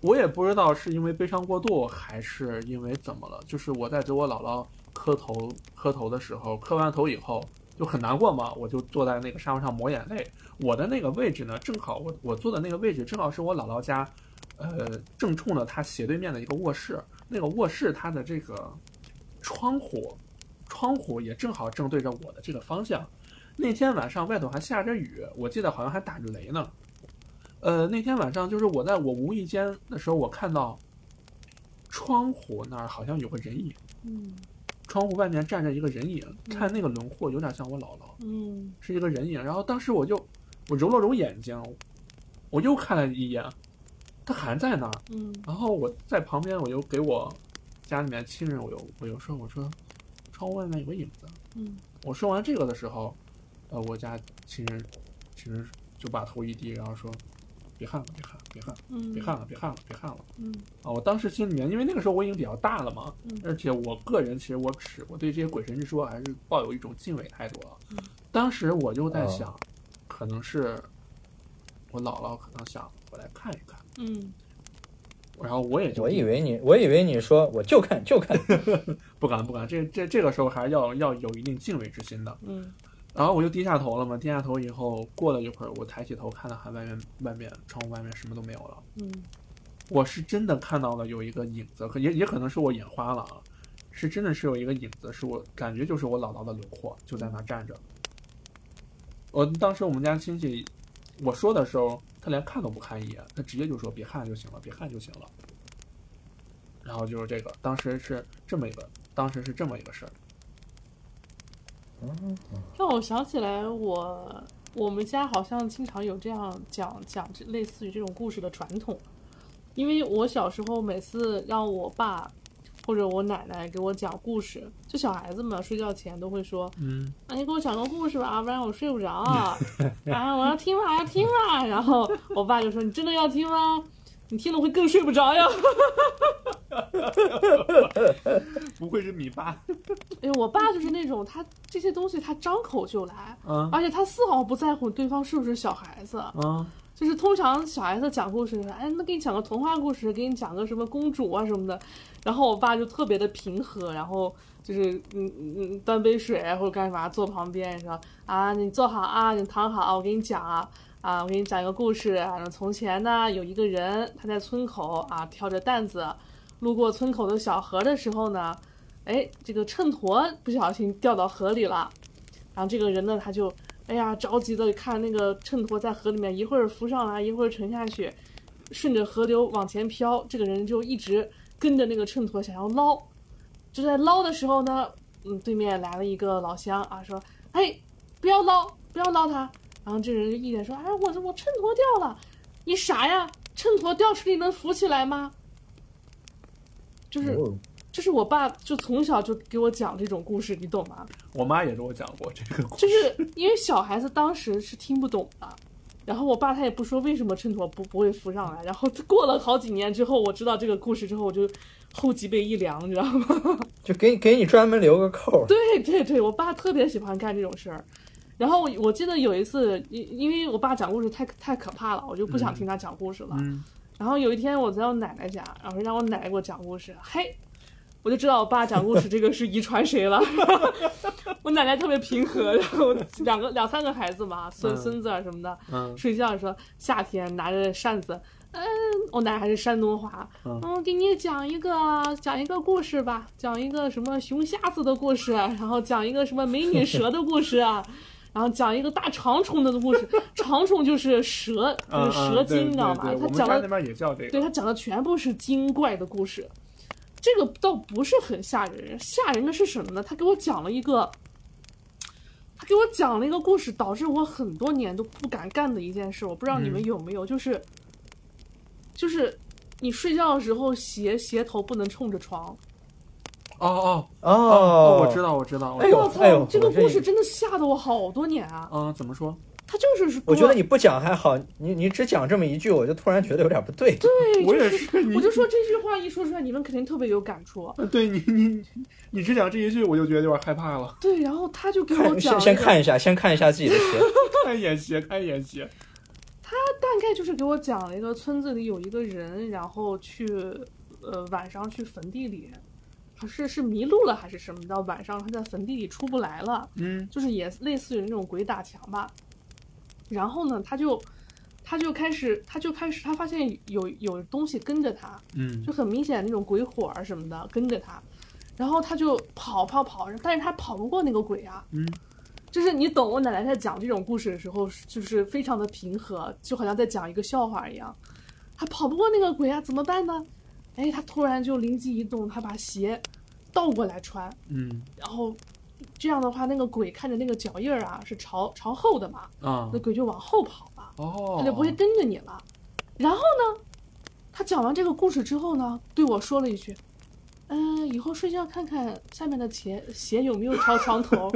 我也不知道是因为悲伤过度还是因为怎么了，就是呃我在给我姥姥磕头磕头的时候，磕完头以后就很难过嘛，我就坐在那个沙发上抹眼泪。我的那个位置呢，正好我我坐的那个位置正好是我姥姥家，呃，正冲着她斜对面的一个卧室。那个卧室它的这个窗户，窗户也正好正对着我的这个方向。那天晚上外头还下着雨，我记得好像还打着雷呢。呃，那天晚上就是我在我无意间的时候，我看到窗户那儿好像有个人影，
嗯
窗户外面站着一个人影，
嗯
看那个轮廓有点像我姥姥，
嗯
是一个人影。然后当时我就我揉了揉眼睛，我又看了一眼，他还在那儿。
嗯
然后我在旁边，我又给我家里面亲人，我又我又说，我说窗户外面有个影子。
嗯
我说完这个的时候，呃，我家亲人亲人就把头一低，然后说：“别看了，别看了，别看了，
嗯，
别看了，别看了，别看了。
嗯
啊，我当时心里面，因为那个时候我已经比较大了嘛，
嗯
而且我个人其实我是我对这些鬼神之说还是抱有一种敬畏态度了。
嗯
当时我就在想，可能是我姥姥可能想我来看一看，
嗯，
然后我也就
我以为你，我以为你说我就看就看，
不敢不敢，这这这个时候还是要要有一定敬畏之心的。
嗯
然后我就低下头了嘛，低下头以后过了一会儿，我抬起头看了看外面外面窗户外面什么都没有了。
嗯
我是真的看到了有一个影子，可也也可能是我眼花了啊，是真的是有一个影子，是我感觉就是我姥姥的轮廓就在那站着。我当时我们家亲戚，我说的时候，他连看都不看一眼，他直接就说别看就行了，别看就行了。然后就是这个，当时是这么一个，当时是这么一个事儿。
让我想起来我。我们家好像经常有这样讲讲这类似于这种故事的传统，因为我小时候每次让我爸或者我奶奶给我讲故事，就小孩子嘛，睡觉前都会说
嗯，
啊，你给我讲个故事吧，不然我睡不着。啊，我要听嘛，要听嘛。然后我爸就说：“你真的要听吗？你听了会更睡不着呀。
不愧是米八。”
哎呦，我爸就是那种他这些东西他张口就来，
啊
而且他丝毫不在乎对方是不是小孩子。
啊
就是通常小孩子讲故事，哎，那给你讲个童话故事，给你讲个什么公主啊什么的，然后我爸就特别的平和，然后就是嗯嗯嗯端杯水啊或者干啥坐旁边说啊你坐好啊你躺好啊我给你讲啊啊我给你讲一个故事啊从前呢有一个人他在村口啊挑着担子，路过村口的小河的时候呢，哎这个秤砣不小心掉到河里了，然后这个人呢他就哎呀，着急的看那个秤砣在河里面一会儿浮上来，一会儿沉下去，顺着河流往前飘。这个人就一直跟着那个秤砣想要捞，就在捞的时候呢，嗯，对面来了一个老乡啊，说：“哎，不要捞，不要捞他。”然后这人就一脸说：“哎，我我秤砣掉了，你傻呀？秤砣掉水里能浮起来吗？”就是
哦
就是我爸就从小就给我讲这种故事，你懂吗？
我妈也给我讲过这个故事。
就是因为小孩子当时是听不懂的，然后我爸他也不说为什么秤砣不不会浮上来，然后过了好几年之后，我知道这个故事之后，我就后脊背一凉，你知道 吗？
就给给你专门留个扣儿。
对对对，我爸特别喜欢干这种事儿。然后我我记得有一次，因因为我爸讲故事太太可怕了，我就不想听他讲故事了。
嗯
然后有一天我在我奶奶家，然后让我奶奶给我讲故事，嘿，我就知道我爸讲故事这个是遗传谁了。 我奶奶特别平和，然后两个两三个孩子嘛，孙
嗯
孙子啊什么的，
嗯
睡觉的时候夏天拿着扇子，嗯，我奶奶还是山东话，
嗯
嗯，给你讲一个讲一个故事吧，讲一个什么熊瞎子的故事，啊然后讲一个什么美女蛇的故事啊。 然后讲一个大长虫的故事，长虫就是蛇，就
嗯，
是蛇精，你知道
对
吗？
对对
他
我们
讲
家
的
那边也叫这
对
个。
他讲的全部是精怪的故事，这个倒不是很吓人。吓人的是什么呢？他给我讲了一个，他给我讲了一个故事，导致我很多年都不敢干的一件事。我不知道你们
嗯
有没有，就是就是你睡觉的时候鞋鞋头不能冲着床。
哦哦
哦，
我知。道，我知道。我
哎
知道
呦
我操、
哎呦
这个
我这
故事真的吓得我好多年啊！
嗯，怎么说？
他就是
我觉得
你
你不讲还好，你你只讲这么一句，我就突然觉得有点不对。
对，
我
就
也
是
是，你
我就说这句话一说出来，你们肯定特别有感触。
对你你你只讲这一句，我就觉得有点害怕了。
对，然后他就给我
看，
讲
先
了
先
一个
看一下，先看一下自己的鞋。
看眼斜，看眼斜。
大概就是给我讲了一个村子里有一个人，然后去呃晚上去坟地里，还是是迷路了还是什么的，晚上他在坟地里出不来了，
嗯
就是也类似于那种鬼打墙吧。然后呢，他就他就开始他就开始他发现有有东西跟着他，
嗯
就很明显那种鬼火儿什么的跟着他，然后他就跑跑跑，但是他跑不过那个鬼啊，
嗯，
就是你懂我奶奶在讲这种故事的时候，就是非常的平和，就好像在讲一个笑话一样。他跑不过那个鬼啊，怎么办呢？哎，他突然就灵机一动，他把鞋倒过来穿，
嗯
然后这样的话，那个鬼看着那个脚印儿啊是朝朝后的嘛，
啊
那鬼就往后跑了。
哦，
他就不会跟着你了。然后呢，他讲完这个故事之后呢，对我说了一句：“嗯、以后睡觉看看下面的鞋鞋有没有朝床头。”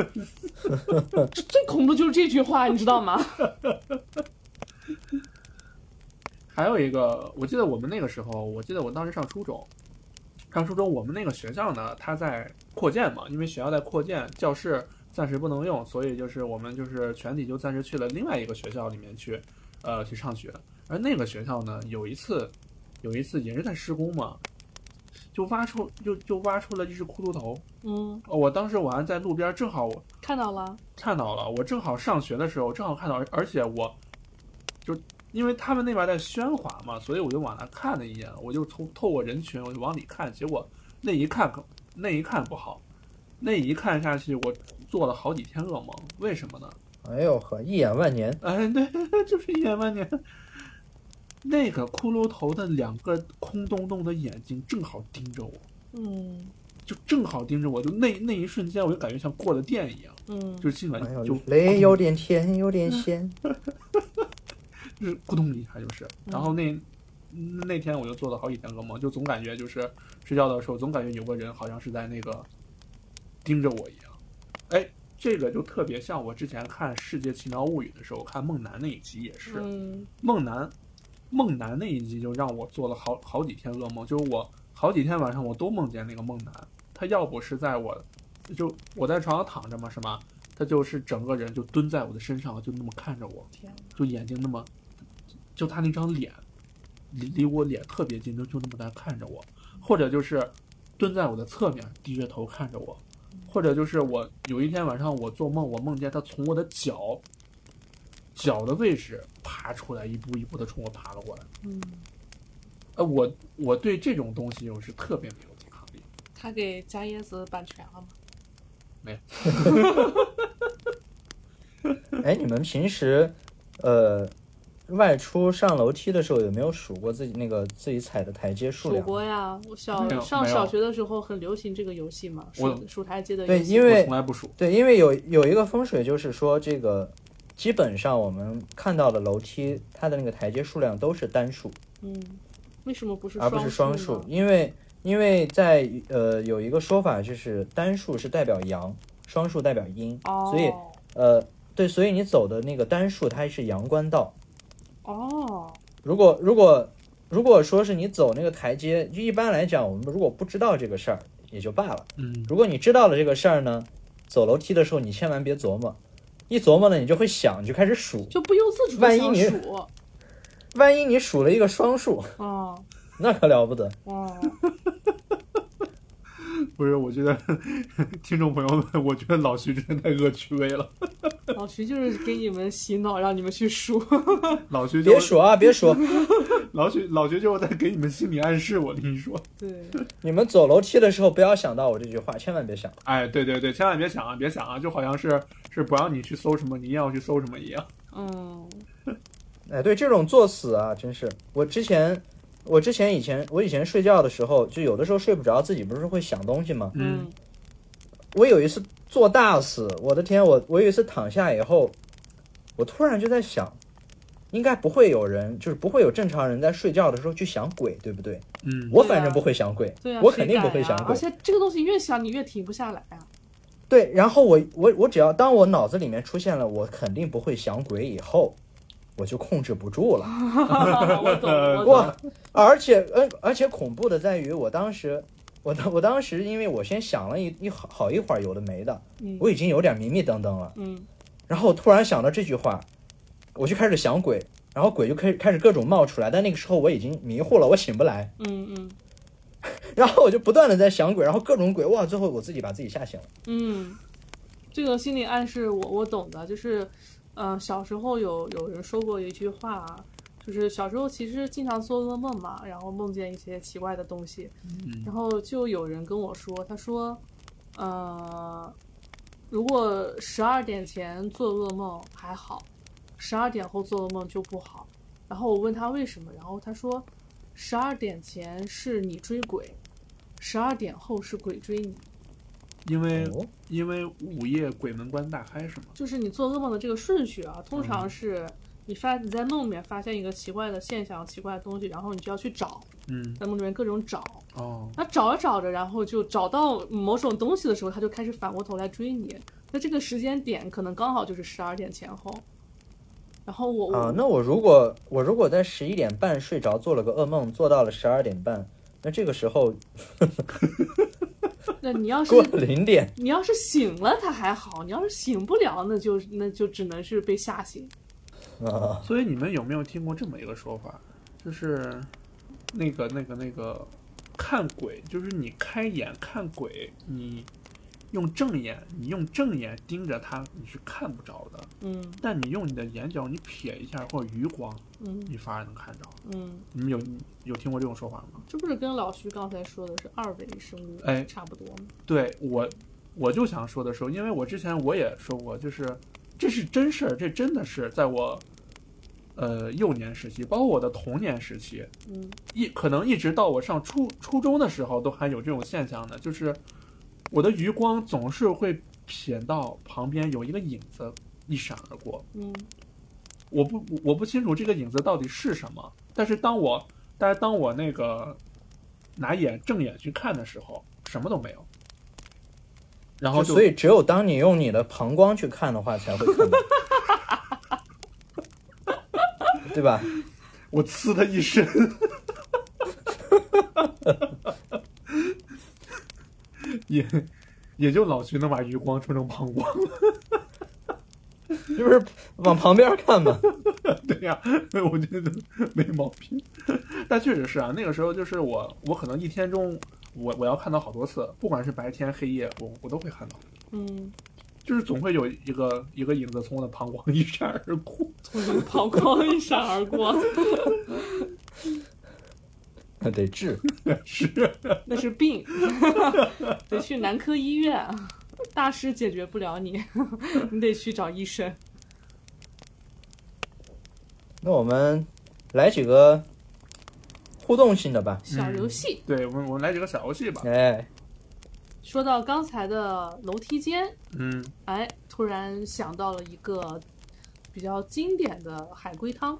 最恐怖的就是这句话，你知道吗？
还有一个，我记得我们那个时候，我记得我当时上初中，上初中我们那个学校呢，它在扩建嘛，因为学校在扩建，教室暂时不能用，所以就是我们就是全体就暂时去了另外一个学校里面去，呃，去上学。而那个学校呢，有一次，有一次也是在施工嘛，就挖出就就挖出了一只骷髅头。
嗯，
哦我当时我还在路边，正好我
看到了，
看到了，我正好上学的时候正好看到，而且我就因为他们那边在喧哗嘛，所以我就往那看了一眼，我就透透过人群我就往里看，结果那一看可那一看不好，那一看下去我做了好几天噩梦，为什么呢？
哎呦呵，一眼万年，
哎，对， 就是一眼万年。那个骷髅头的两个空洞洞的眼睛正好盯着我，
嗯
就正好盯着我，就那那一瞬间，我就感觉像过了电一样，
嗯，
就进来
哎
就
呦，雷有点甜，有点咸，
就是嗯咕咚一下就是。然后那那天我就做了好几天噩梦，就总感觉就是睡觉的时候总感觉有个人好像是在那个盯着我一样。哎，这个就特别像我之前看《世界奇妙物语》的时候看梦楠那一集也是，
嗯
梦楠梦楠那一集就让我做了好好几天噩梦，就是我好几天晚上我都梦见那个梦楠，他要不是在我就我在床上躺着嘛是吗？他就是整个人就蹲在我的身上，就那么看着我，
天哪，
就眼睛那么，就他那张脸，离离我脸特别近，就就那么在看着我，或者就是蹲在我的侧面，低着头看着我，或者就是我有一天晚上我做梦，我梦见他从我的脚脚的位置爬出来，一步一步的冲我爬了过来。
嗯，
呃，我我对这种东西我是特别没有抵抗力。
他给加椰子版权了吗？
哎，你们平时，呃，外出上楼梯的时候有没有数过自己那个自己踩的台阶数
数
量？
过呀，我小
没有
上
没有
小学的时候很流行这个游戏嘛，
我
数数台阶的游
对，
戏。
因
我
为
从来不数，
对，因为有有一个风水，就是说这个基本上我们看到的楼梯，它的那个台阶数量都是单数，
嗯，为什么不是
而不是双
数
数
呢？，
因为因为在呃有一个说法就是单数是代表阳，双数代表阴，
哦，
所以呃对，所以你走的那个单数它是阳关道。
哦，
如果如果如果说是你走那个台阶，就一般来讲，我们如果不知道这个事儿也就罢了。
嗯，
如果你知道了这个事儿呢，走楼梯的时候你千万别琢磨，一琢磨呢你就会想，你就开始数。
就不由自主
万
的
一
想
你
数，
万一你数了一个双数，
哦
那可了不得。
哦，
不是，我觉得听众朋友们，我觉得老徐真的太恶趣味了，
老徐就是给你们洗脑，让你们去 数。
老徐就
别数啊，别数！
老徐老徐就是在给你们心理暗示，我跟你说。
对，
你们走楼梯的时候不要想到我这句话，千万别想。
哎，对对对，千万别想啊，别想啊，就好像是是不让你去搜什么，你硬要去搜什么一样。
嗯
哎，对这种作死啊，真是我之前，我之前以前我以前睡觉的时候，就有的时候睡不着，自己不是会想东西吗？
嗯，
我有一次做大死，我的天，我我有一次躺下以后，我突然就在想，应该不会有人，就是不会有正常人在睡觉的时候去想鬼，对不对？
嗯，
我反正不会想鬼，
啊对啊，
我
谁
肯定不
敢
会
呀
想
而
鬼。
且这个东西越想你越停不下来 啊。
对，然后我我我只要当我脑子里面出现了我肯定不会想鬼以后，我就控制不住了。
啊我懂，我懂。
哇，而且而而且恐怖的在于，我当时，我当我当时，因为我先想了一一好好一会儿有的没的，
嗯
我已经有点迷迷瞪瞪了。
嗯
然后我突然想到这句话，我就开始想鬼，然后鬼就开始开始各种冒出来，但那个时候我已经迷糊了，我醒不来。
嗯嗯
然后我就不断的在想鬼，然后各种鬼，哇，最后我自己把自己吓醒了。
嗯，这个心理暗示我我懂的，就是，呃，小时候有有人说过一句话啊，就是小时候其实经常做噩梦嘛，然后梦见一些奇怪的东西，
嗯
然后就有人跟我说，他说，呃，如果十二点前做噩梦还好，十二点后做噩梦就不好。然后我问他为什么，然后他说，十二点前是你追鬼，十二点后是鬼追你，
因
嗯
为
哦，
因为午夜鬼门关大开是吗？
就是你做噩梦的这个顺序啊，通
嗯
常是。你发你在梦里面发现一个奇怪的现象、奇怪的东西，然后你就要去找，
嗯，
在梦里面各种找，
哦，
那找着找着，然后就找到某种东西的时候，他就开始反过头来追你。那这个时间点可能刚好就是十二点前后，然后我
啊
我，
那我如果我如果在十一点半睡着，做了个噩梦，做到了十二点半，那这个时候
那你要是
过了零点，
你要是醒了，它还好；你要是醒不了，那就那就只能是被吓醒。
啊，
所以你们有没有听过这么一个说法，就是那个那个那个看鬼，就是你开眼看鬼，你用正眼，你用正眼盯着它，你是看不着的，
嗯
但你用你的眼角你瞥一下或者余光，
嗯
你反而能看着。
嗯，
你们有有听过这种说法吗？
这不是跟老徐刚才说的是二维生物
哎
差不多吗？
对我，我就想说的时候，因为我之前我也说过，就是这是真事儿，这真的是在我呃幼年时期，包括我的童年时期，
嗯
一可能一直到我上初初中的时候，都还有这种现象呢，就是我的余光总是会瞥到旁边有一个影子一闪而过，
嗯
我不我不清楚这个影子到底是什么，但是当我但是当我那个拿眼正眼去看的时候，什么都没有，然后
就
就
所以只有当你用你的膀胱去看的话，才会看到， 对吧？
我呲的一身。 也也就老徐能把余光抽成膀胱，
是不是往旁边看嘛？
对呀、我觉得没毛病。但确实是啊，那个时候就是我，我可能一天中我我要看到好多次，不管是白天黑夜，我我都会看到，
嗯，
就是总会有一个一个影子从我的膀胱 一闪而过。
从你的膀胱一闪而 过，
得治。
是，
那是病， 得去男科医院，啊大师解决不了你， 你得去找医生。
那我们来几个互动性的吧。
小游戏，
对我们我们来几个小游戏吧。
哎，
说到刚才的楼梯间，
嗯，
哎，突然想到了一个比较经典的海龟汤，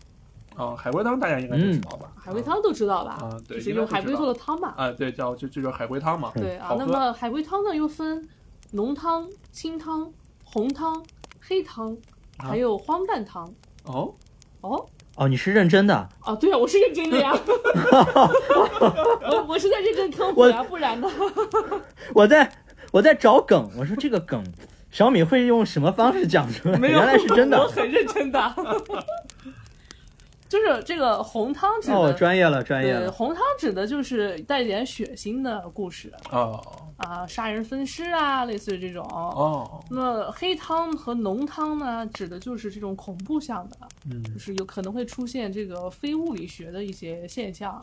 啊，海龟汤大家应该都知道吧？
嗯海龟汤都知道吧？
啊对
就是用海龟做的汤嘛。
啊，对，叫就就叫海龟汤嘛。
对啊
嗯好，喝
那么海龟汤呢又分浓汤、清汤、红汤、黑汤，
啊
还有荒诞汤。
哦，
哦，
哦，你是认真的？
啊，对啊，我是认真的呀， 我我是在认真科普呀，不然呢？
我在我在找梗，我说这个梗小米会用什么方式讲出来？
没有，
原来是真
我
的。
很认真的。 就是这个红汤指的，
哦，专业了，专业
呃，
了。
红汤指的就是带点血腥的故事
哦，
啊，杀人分尸啊，类似于这种。
哦，
那黑汤和浓汤呢，指的就是这种恐怖向的，
嗯
就是有可能会出现这个非物理学的一些现象。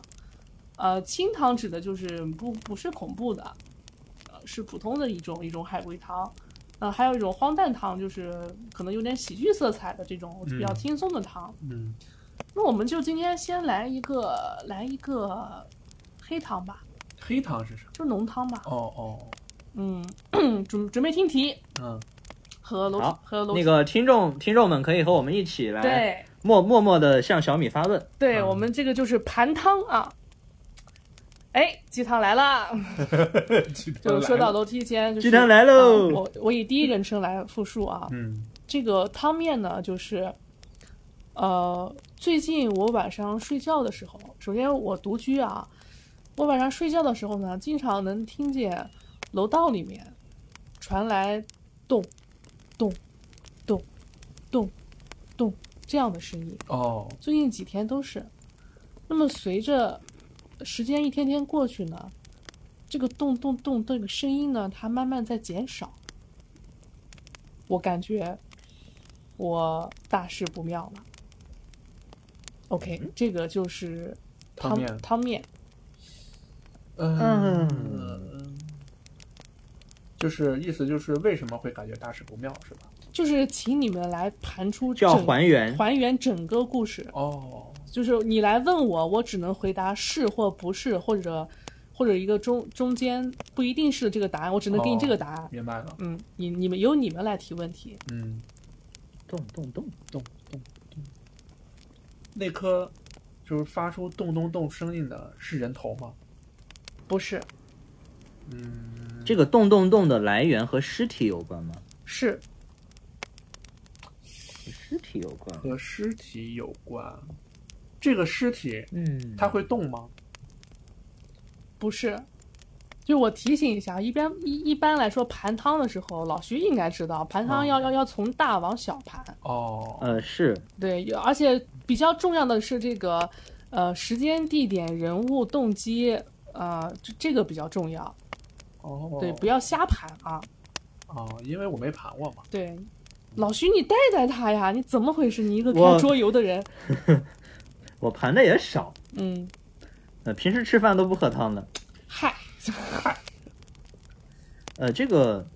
呃，清汤指的就是不不是恐怖的，呃，是普通的一种一种海龟汤。呃，还有一种荒诞汤，就是可能有点喜剧色彩的这种比较
嗯
轻松的汤。
嗯，
那我们就今天先来一个来一个黑汤吧，
黑糖是啥？
就浓汤吧。
哦哦，
嗯， 准准备听题
嗯，
和楼
好
和楼
那个听众听众们可以和我们一起来
对。
默默默的向小米发问。
对、
嗯
我们这个就是盘汤啊。哎，鸡汤来了，
鸡汤
就
来
说到
了，
楼梯间，就是
鸡汤来喽
啊我我以第一人称来复述啊，
嗯
这个汤面呢，就是，呃，最近我晚上睡觉的时候，首先我独居啊，我晚上睡觉的时候呢，经常能听见楼道里面传来咚咚咚咚咚这样的声音。
哦，
最近几天都是。那么随着时间一天天过去呢，这个咚咚咚这个声音呢，它慢慢在减少。我感觉我大事不妙了。OK，、这
嗯
个就是
汤面
汤面，
嗯，就是意思就是为什么会感觉大事不妙是吧？
就是请你们来盘出
就要
整
还原
还原整个故事。
哦，
就是你来问我，我只能回答是或不是，或者或者一个中中间不一定是这个答案，我只能给你这个答案。
明白了，
嗯，你你们由你们来提问题。
嗯，
动动动，
那颗就是发出咚咚咚声音的是人头吗？
不是，
嗯，
这个动动动的来源和尸体有关吗？
是
嗯
和尸尸体有关。
和尸体有关。这个尸体
嗯，
它会动吗？
不是，就我提醒一下，一般一一般来说盘汤的时候，老徐应该知道，盘汤要、要要从大往小盘，
哦，
呃是
对，有而且比较重要的是这个，呃，时间、地点、人物、动机，呃，这这个比较重要，
哦，
对，不要瞎盘啊，
哦，因为我没盘过嘛。
对。老徐，你带带他呀！你怎么回事？你一个
我
开桌游的人，
我盘的也少，
嗯，
呃平时吃饭都不喝汤的。
嗨，
呃，这个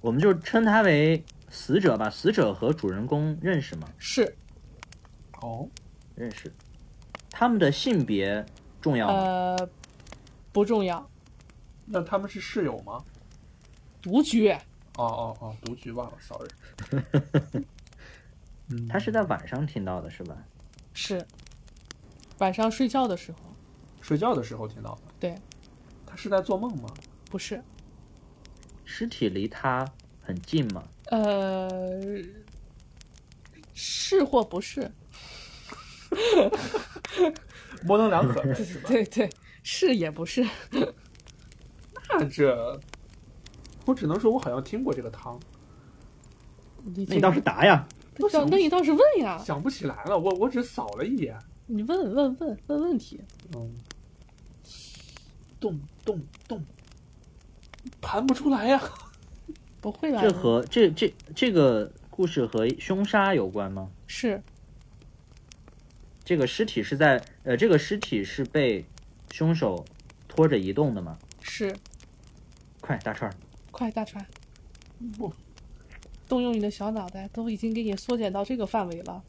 我们就称他为死者吧。死者和主人公认识吗？
是
哦，
认识。他们的性别重要吗？
呃，不重要，
那他们是室友吗？
独居，
哦哦哦，独居忘了，sorry。嗯，
他是在晚上听到的，是吧？
是晚上睡觉的时候，
睡觉的时候听到的。
对，
他是在做梦吗？
不是，
尸体离他很近吗？
呃，是或不是？
模棱两 可呗，是吧？
对对，是也不是。
那这，我只能说我好像听过这个汤，
你
那你倒是答呀。
那
想不
那你倒是问呀，
想不起来了。我我只扫了一眼。
你问问问问问题，
嗯，动动动，盘不出来呀、
不会吧？
这和这这这个故事和凶杀有关吗？
是
这个尸体是在呃，这个尸体是被凶手拖着移动的吗？
是，
快，大串儿，
快大川，
不，
动用你的小脑袋，都已经给你缩减到这个范围了，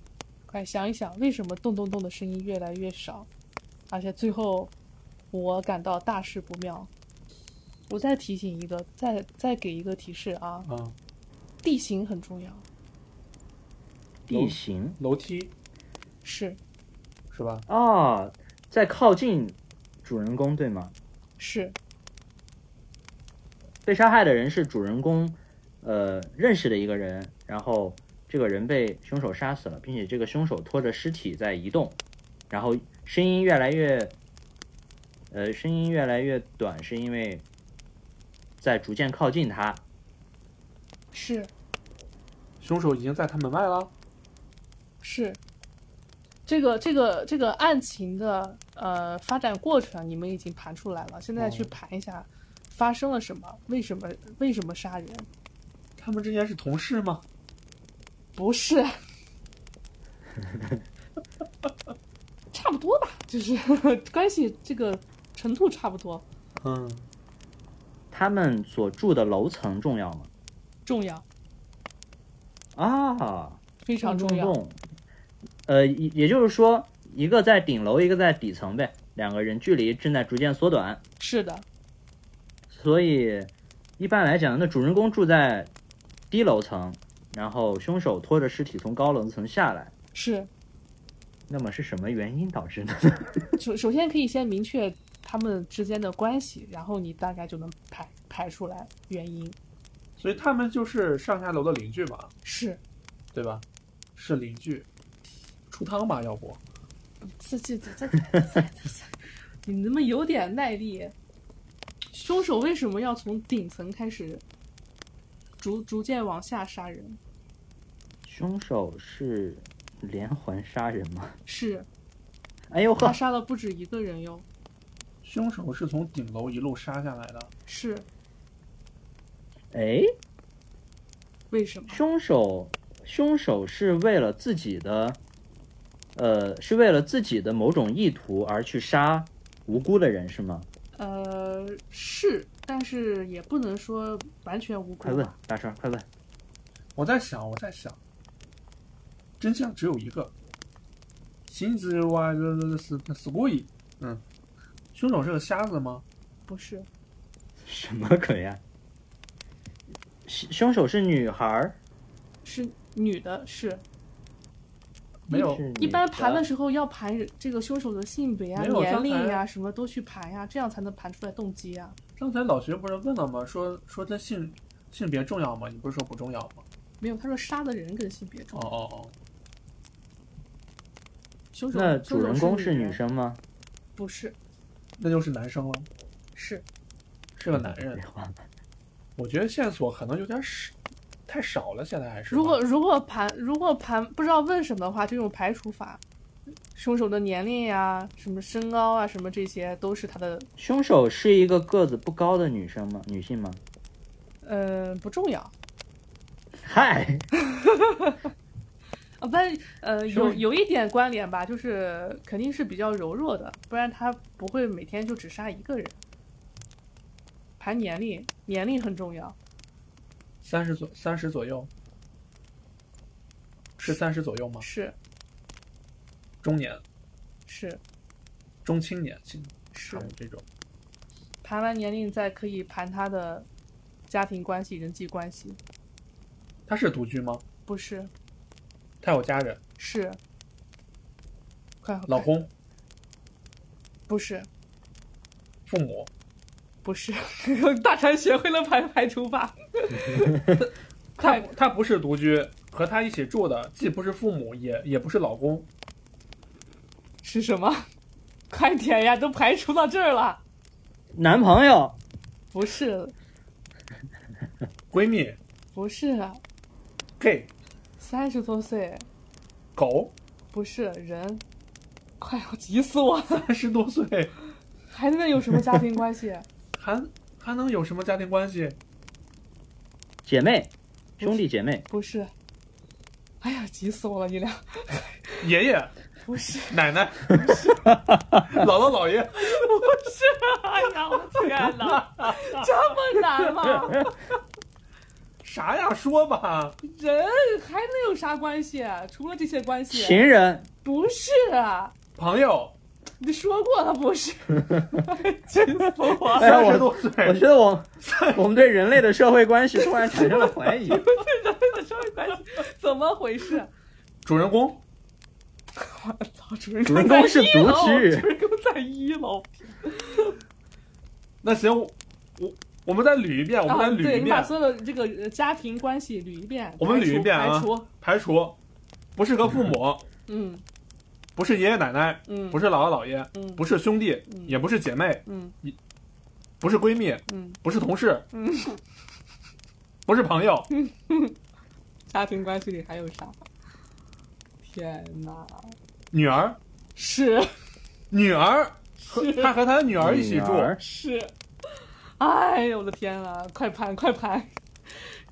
快想一想，为什么动动动的声音越来越少，而且最后我感到大事不妙。我再提醒一个，再再给一个提示啊，
嗯，
地形很重要，
地形
楼梯
是
是吧？
哦，在靠近主人公对吗？
是
被杀害的人是主人公，呃，认识的一个人，然后这个人被凶手杀死了，并且这个凶手拖着尸体在移动，然后声音越来越，呃，声音越来越短，是因为在逐渐靠近他。
是
凶手已经在他门外了。
是，这个这个这个案情的呃发展过程，你们已经盘出来了，现在去
哦
盘一下发生了什么，为什么为什么杀人？
他们之间是同事吗？
不是， 差不多吧，就是关系这个程度差不多
嗯，
他们所住的楼层重要吗？
重要，
啊，
非常重要。
动。呃，也也就是说，一个在顶楼，一个在底层呗，两个人距离正在逐渐缩短。
是的，
所以一般来讲，那主人公住在低楼层，然后凶手拖着尸体从高楼层下来，
是
那么是什么原因导致呢？
首首先可以先明确他们之间的关系，然后你大概就能排排出来原因。
所以他们就是上下楼的邻居嘛，
是
对吧？是邻居，出汤吧，要不？
这这这这这这，你能不能有点耐力？凶手为什么要从顶层开始逐逐渐往下杀人？
凶手是连环杀人吗？
是
哎呦
他
呵，
杀了不止一个人哟。
凶手是从顶楼一路杀下来的。
是
哎，
为什么？
凶手凶手是为了自己的，呃，是为了自己的某种意图而去杀无辜的人是吗？
呃，是，但是也不能说完全无辜
快问
吧。
大川，快问，
我在想，我在想，真相只有一个。秦子哇，死死过瘾。嗯，凶手是个瞎子吗？
不是，
什么鬼呀、凶凶手是女孩儿，
是女的，是
没有，
是
一般盘的
女
时候要盘人这个凶手的性别啊、
没有
年
刚
龄
才
呀、什么都去盘呀、这样才能盘出来动机啊。
刚才老学不是问了吗？说说他性性别重要吗？你不是说不重要吗？
没有，他说杀的人跟性别重
哦
要。
哦哦，
凶手
那主人公是
凶手
女
人，
生吗？
不是，
那就是男生了，
是
是个男
嗯
人。
别哎忘了
我觉得线索可能有点少，太少了，现在还是吧。
如果如果盘如果盘不知道问什么的话，就用排除法，凶手的年龄呀、什么身高啊、什么这些都是他的，
凶手是一个个子不高的女生吗？女性吗？
呃，不重要。
嗨，
呃，不然呃，
是不
有
是
有一点关联吧，就是肯定是比较柔弱的，不然他不会每天就只杀一个人。盘年龄，年龄很重
哦
要，
三十左三十左右，是三十左右吗？
是
中年、
是
中青年，其
是
他们，这种。
盘完年龄再可以盘他的家庭关系、人际关系，
他是独居吗？
不是
他有家人、
是，快
老
快
公、
不是
父母。
不是， 大蝉学会了排排除法，
他
快
他不是独居，和他一起住的既不是父母，也也不是老公。
是什么？ 快点呀，都排除到这儿了，
男朋友
不是
闺蜜、
不是啊，
gay、
三十多岁，
狗，
不是人，快要急死我了！
三十多岁，
还能有什么家庭关系？
还还能有什么家庭关系？
姐妹，兄弟姐妹，
不是，哎呀，急死我了！你俩
爷爷、
不是，
奶 奶、姥姥、姥爷，
不是，哎呀，我天哪， 这么难吗？
啥呀？说吧，
人还能有啥关系？除了这些关
情
系，
人，
不是啊，
朋友，
你说过了，不 是，急死我了！
哎
三
我
十多
我
岁
觉，得我我们对人类的社会关系突然产生了怀 疑。
这社会关系怎么回事？
主人公。
我操，主人
主人
在
公是
一
独
楼
居
主人公在一楼。
那行，我我我们再捋一遍，我们
啊，
再
对，
捋一
你
遍，
把所有的这个呃家庭关系捋一遍，
我们捋一遍啊
排除，
排除，不是和父母，
嗯
不是爷爷奶奶，
嗯，
不
是，
是姥姥姥爷，
嗯，
不是兄弟，
嗯
也不是姐妹，
嗯
不是闺蜜，
嗯，
不是同事，
嗯
不是朋友，
家庭关系里还有啥？天哪，
女儿，
是
女儿，和他和他的女儿一起住
女，儿
是，哎呦我的天啊，快盘快盘，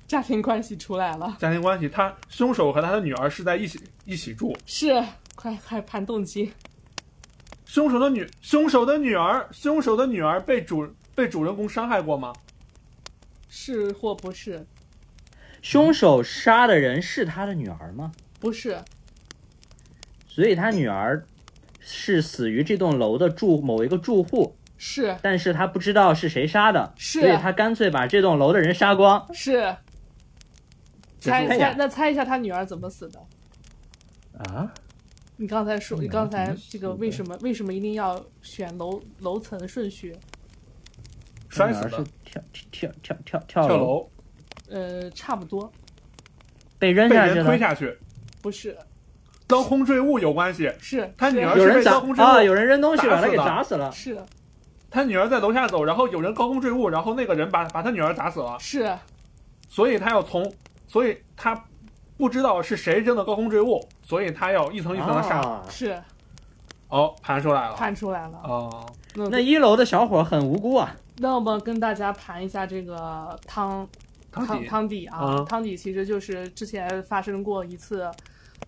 家庭关系出来了，
家庭关系，他凶手和他的女儿是在一起一起住，
是，快快盘动机，
凶手的女凶手的女儿，凶手的女儿被主被主人公伤害过吗？
是或不是？
凶手杀的人是他的女儿吗？
不是，
所以他女儿是死于这栋楼的住某一个住户，
是
但是他不知道是啊谁杀的，
是
所以他干脆把这栋楼的人杀光。
是，猜
哎呀
猜那猜一下他女儿怎么死的？
啊，
你刚才说，
嗯
你刚才
嗯
这个为什么为什么一定要选楼楼层顺序？
他
摔
女
死
儿
的
是，跳跳跳跳跳
跳
楼，
楼，
呃，差不多，
被扔
被
下去
人推
了。
下去，
不是，
高空坠物有关系。
是
他女儿
有人
被
砸
高空坠物
啊！有人扔东西把他给
砸
砸死了。
是
他女儿在楼下走，然后有人高空坠物，然后那个人把把他女儿砸死了，
是
所以他要从，所以他不知道是谁扔的高空坠物，所以他要一层一层的杀。
啊
是
哦，盘出来了。
判出来了。
哦，
那
那一楼的小伙很无辜啊，
那我们跟大家盘一下这个汤
汤
汤
底
汤底啊
嗯，
汤底其实就是之前发生过一次，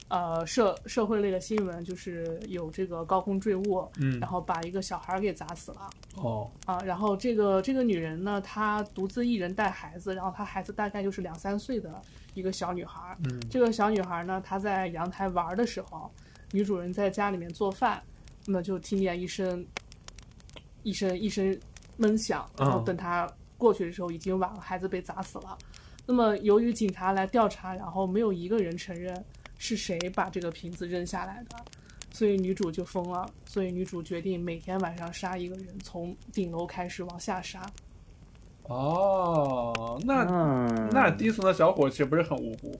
呃社社会类的新闻，就是有这个高空坠物，
嗯
然，后把一个小孩儿给砸死了。
哦，
啊，然后这个这个女人呢，她独自一人带孩子，然后她孩子大概就是两三岁的一个小女孩儿。
嗯，
这个小女孩儿呢，她在阳台玩儿的时候，女主人在家里面做饭，那就听见一声一声一声闷响，然后
嗯
等她过去的时候已经晚了，孩子被砸死了。那么由于警察来调查，然后没有一个人承认是谁把这个瓶子扔下来的，所以女主就疯了，所以女主决定每天晚上杀一个人，从顶楼开始往下杀。
哦，那、
嗯，
那第一 层的小伙岂不是很无辜？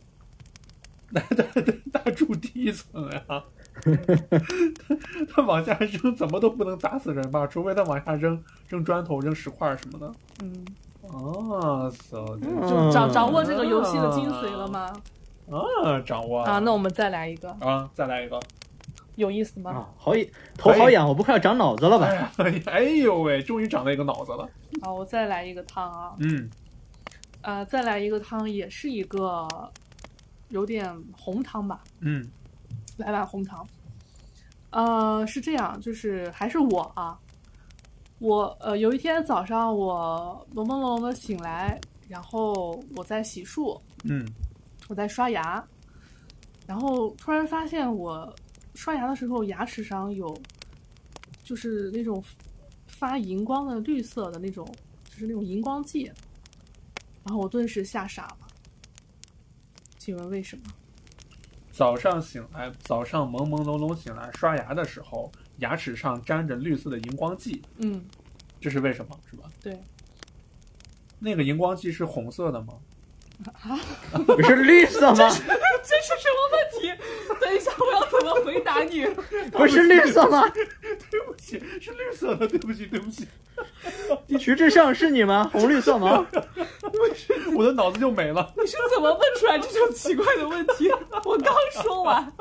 那那那那住第一层呀？ 他往下扔怎么都不能砸死人吧，除非他往下扔扔砖头、扔石块什么的。
嗯，
哦，so
嗯
就掌掌
啊
握这个游戏的精髓了吗？
啊，掌握
啊，那我们再来一个，
啊，再来一个。
有意思吗？
啊，好头好痒，我不快要长脑子了吧
哎？呀，哎呦喂，终于长了一个脑子了。
好，我再来一个汤啊，
嗯，
啊，再来一个汤，也是一个有点红汤吧，
嗯
来碗红糖。呃，是这样，就是还是我啊，我呃有一天早上我朦朦胧胧的醒来，然后我在洗漱，
嗯
我在刷牙，然后突然发现我刷牙的时候牙齿上有就是那种发荧光的绿色的那种，就是那种荧光剂，然后我顿时吓傻了。请问为什么？
早上醒来，早上朦朦胧胧醒来，刷牙的时候，牙齿上沾着绿色的荧光剂，
嗯，
这是为什么？是吧？
对。
那个荧光剂是红色的吗？
不是绿色吗？
这是什么问题？等一下，我要怎么回答你？
不是绿色吗？
对不起，是绿色的。对不起，对不起，
徐志胜是你吗？红绿色盲？
嗯我的脑子就没了。
你是怎么问出来这种奇怪的问题？我刚说完，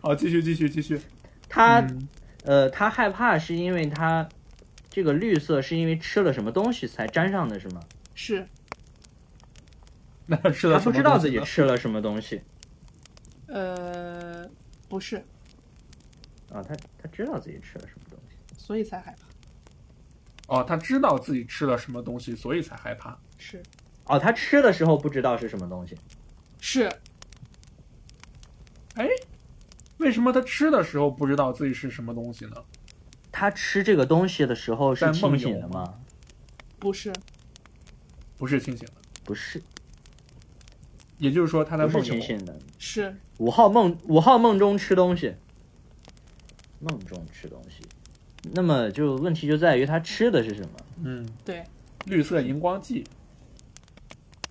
好，继续，继续，继续。
他
嗯
呃，他害怕是因为他这个绿色是因为吃了什么东西才沾上的，是吗？
是
那是
他
的，
不知道自己吃了什么东西
呃，不是，
啊，他他知道自己吃了什么东西，
所以才害怕。
哦，他知道自己吃了什么东西，所以才害怕。
是
哦，他吃的时候不知道是什么东西，
是，
为什么他吃的时候不知道自己是什么东西呢？
他吃这个东西的时候
在
是
梦
清
游
醒的
吗
吗？
不是
不是清醒的，
不是，
也就是说他在
不是
梦
清
游。
醒的。
是
五号梦，五号梦中吃东西，梦中吃东西，那么就问题就在于他吃的是什么？
嗯，
对
绿色荧光剂。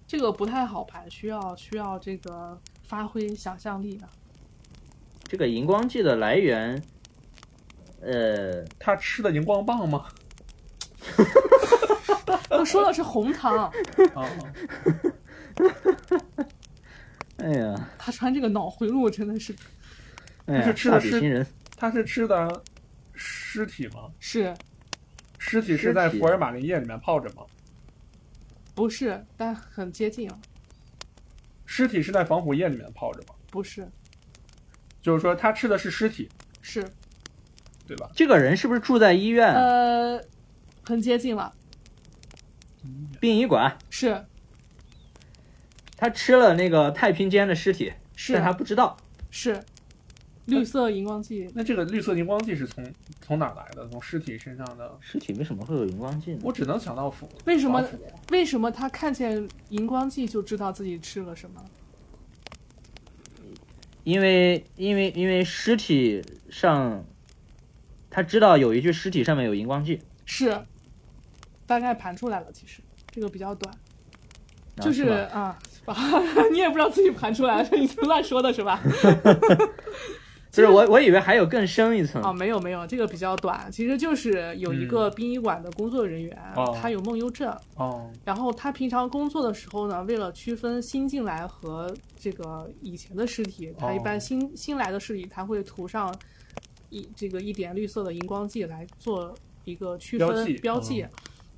这个不太好盘，需要需要这个发挥想象力 的。
这个荧光剂的来源，呃，
他吃的荧光棒吗？
我说的是红糖，
啊，
哎呀，
他穿这个脑回路真的是
哎
不是
呀，
吃的
大比
是
心人，
他是吃的尸体吗？
是
尸体
尸
是在
体
福尔马林液里面泡着吗？
不是？但很接近了，
尸体是在防腐液里面泡着吗？
不是
就是说他吃的是尸体，
是
对吧？
这个人是不是住在医院、嗯
呃，很接近了，
嗯
殡仪馆？
是
他吃了那个太平间的尸体，
是啊
但他不知道。
是绿色荧光剂
那这个绿色荧光剂是从从哪来的？从尸体身上的？
尸体为什么会有荧光剂呢？
我只能想到腐。
为什么
防腐
为什么他看见荧光剂就知道自己吃了什么？
因为因为因为尸体上，他知道有一具尸体上面有荧光剂，
是，大概盘出来了。其实这个比较短，
啊
就是
吧
啊， 你也不知道自己盘出来了，你乱说的是吧？
就是我我以为还有更深一层
啊，没有没有，这个比较短，其实就是有一个殡仪馆的工作人员，
嗯哦
他有梦游症，
哦，
然后他平常工作的时候呢，为了区分新进来和这个以前的尸体，他一般
哦
新、新来的尸体他会涂上一这个一点绿色的荧光剂来做一个区分
标记嗯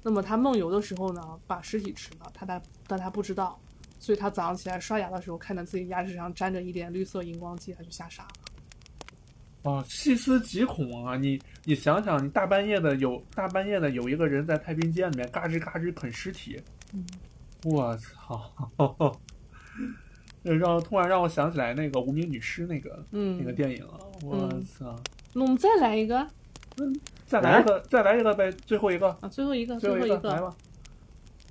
那么他梦游的时候呢，把尸体吃了，他但但他不知道，所以他早上起来刷牙的时候，看见自己牙齿上沾着一点绿色荧光剂，他就吓傻了。
哦，细思极恐啊！你你想想，你大半夜的有大半夜的有一个人在太平间里面嘎吱嘎吱啃尸体，我操！ 这让突然让我想起来那个无名女尸那个、
嗯，
那个电影啊，我操！
那我们再来一个
再来一个，再来一个呗，最后一个，
啊，最后一个，
最
最
后
后
一
一
来
个，
吧，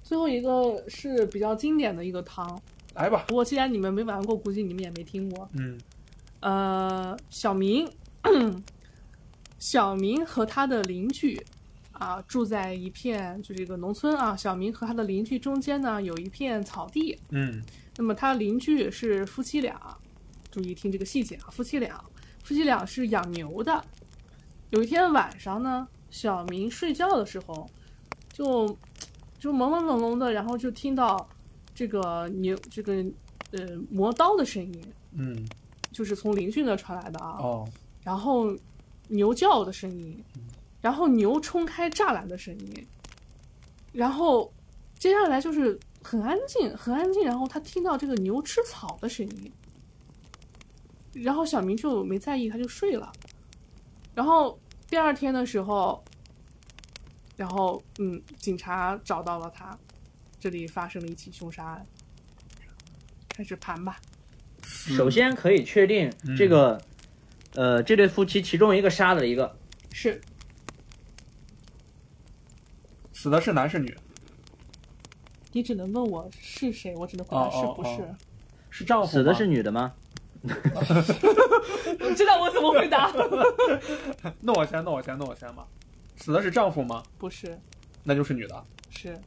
最后一个是比较经典的一个汤。
来吧，
不过既然你们没玩过，估计你们也没听过。
嗯，
呃，小明，小明和他的邻居啊，住在一片就是一个农村啊。小明和他的邻居中间呢，有一片草地。
嗯
那么他邻居是夫妻俩，注意听这个细节啊，夫妻俩，夫妻俩是养牛的。有一天晚上呢，小明睡觉的时候，就就朦朦胧胧的，然后就听到这个牛这个呃磨刀的声音，
嗯，
就是从邻居那传来的啊。
哦，
然后牛叫的声音，然后牛冲开栅栏的声音，然后接下来就是很安静，很安静。然后他听到这个牛吃草的声音，然后小明就没在意，他就睡了。然后第二天的时候，然后嗯，警察找到了他，这里发生了一起凶杀案。开始盘吧，
首先可以确定这个，呃，这对夫妻其中一个杀了一个，
是
死的是男是女？
你只能问我是谁，我只能回答
哦
是
哦
不是。
哦是丈夫
死的
吗
是女的吗？
我知道我怎么回答。
那我先，那我先，那我先吧。死的是丈夫吗？
不是，
那就是女的。
是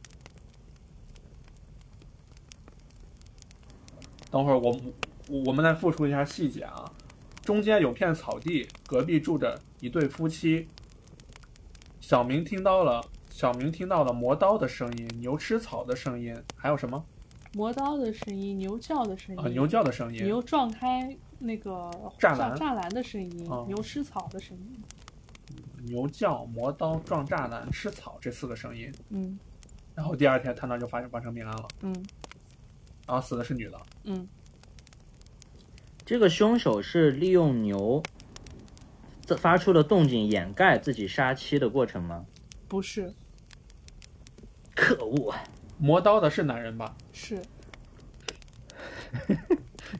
等会儿我我我们再复述一下细节啊。中间有片草地，隔壁住着一对夫妻。小明听到了，小明听到了磨刀的声音、牛吃草的声音，还有什么
磨刀的声音，牛叫的声音，
啊？牛叫的声音。
牛撞开那个
栅栏
栅栏的声音，
哦
牛吃草的声音。
牛叫、磨刀、撞栅栏、吃草这四个声音。
嗯
然后第二天，他那就发生发生命案了，
嗯
然后死的是女的。
嗯，
这个凶手是利用牛自发出的动静掩盖自己杀妻的过程吗？
不是，
可恶，啊！
磨刀的是男人吧？
是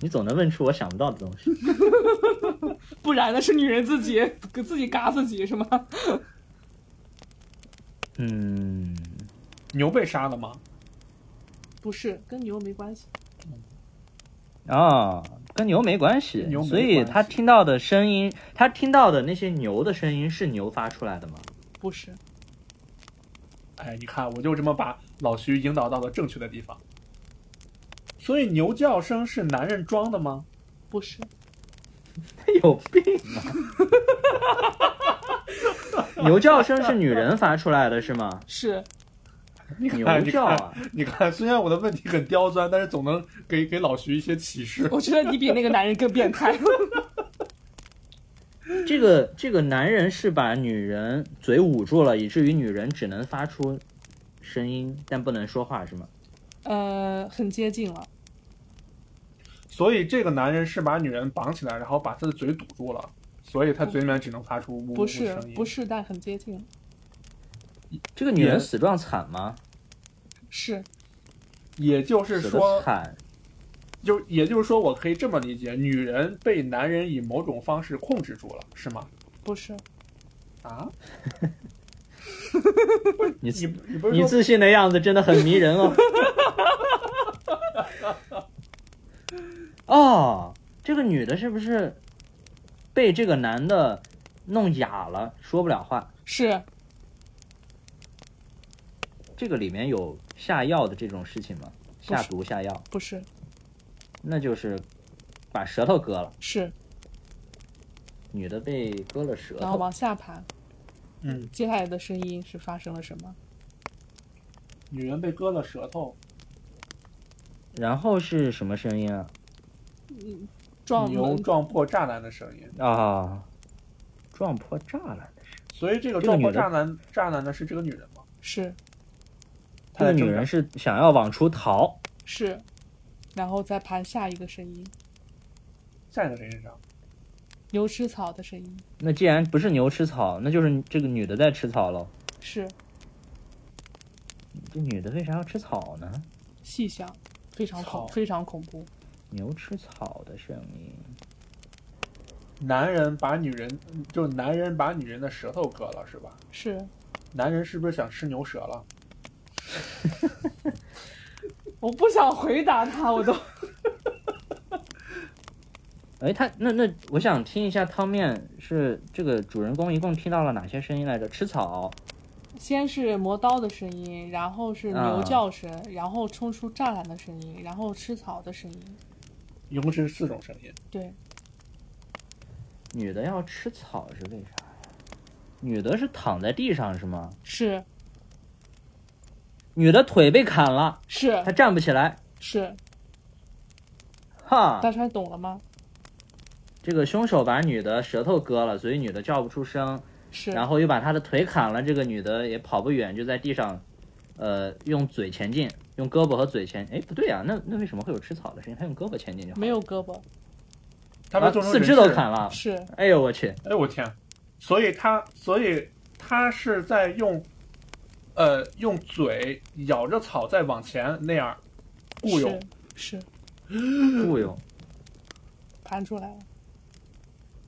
你总能问出我想不到的东西。
不然呢？是女人自己给自己嘎自己是吗？
嗯，
牛被杀了吗？
不是，跟牛没关系。
哦，跟牛没关系
跟牛，没
所以
关系
他听到的声音，他听到的那些牛的声音是牛发出来的吗？
不是，
哎，你看，我就这么把老徐引导到了正确的地方。所以牛叫声是男人装的吗？
不是，
有病 啊！牛叫声是女人发出来的是吗？
是
你看，
牛
你
叫
看，
啊！
你看，虽然我的问题很刁钻，但是总能给给老徐一些启示。
我觉得你比那个男人更变态。
这个这个男人是把女人嘴捂住了，以至于女人只能发出声音，但不能说话是吗？
呃，很接近了，
所以这个男人是把女人绑起来，然后把她的嘴堵住了，所以他嘴里面只能发出呜呜
不
的
是
声音。
不是，但很接近，
这个女人
也
死状惨吗？
是
也就是
死得
说，
惨，
就也就是说，我可以这么理解，女人被男人以某种方式控制住了，是吗？
不是？
啊，
你
你你不是
你
说
自信的样子真的很迷人 哦。哦，这个女的是不是被这个男的弄哑了，说不了话？
是
这个里面有下药的这种事情吗？
不
下
是
毒下药，
不是？
那就是把舌头割了，
是，
女的被割了舌
呃
然后
头。
往下盘。
嗯，
接下来的声音是发生了什么？
女人被割了舌头，
然后是什么声音啊？
撞
牛
门
撞破栅栏的声音。
啊，撞破栅栏的声音。
所以这个
这个
撞
女
破
的
栅栏栅栏的是这个女人吗？
是
她
这个
在
女
挣扎
人是想要往出逃，
是，然后再盘下一个声音，
下一个谁身上？
牛吃草的声音
那既然不是牛吃草，那就是这个女的在吃草喽。
是
这女的为啥要吃草呢？
细想，非常恐
草
非常恐怖，
牛吃草的声音，
男人把女人，就是男人把女人的舌头割了，是吧？
是
男人是不是想吃牛舌了？
我不想回答他，我都
哎，他那那我想听一下汤面是这个主人公一共听到了哪些声音来着？吃草，
先是磨刀的声音，然后是牛
啊
叫声，然后冲出栅栏的声音，然后吃草的声音，
一共是四种声音。
对，
女的要吃草是为啥呀？女的是躺在地上是吗？
是
女的腿被砍了，
是
她站不起来。
是，
哈
大，川懂了吗？
这个凶手把女的舌头割了，所以女的叫不出声，
是，
然后又把她的腿砍了，这个女的也跑不远，就在地上，呃，用嘴前进，用胳膊和嘴前。哎，不对啊，那那为什么会有吃草的声音？她用胳膊前进就好了。
没有胳膊，
他
啊
们做成
四
人
肢都
质
砍了。
是
哎呦我去，
哎，我天！所以他，所以他是在用，呃，用嘴咬着草在往前那样雇佣
是。是
雇佣
盘出来了，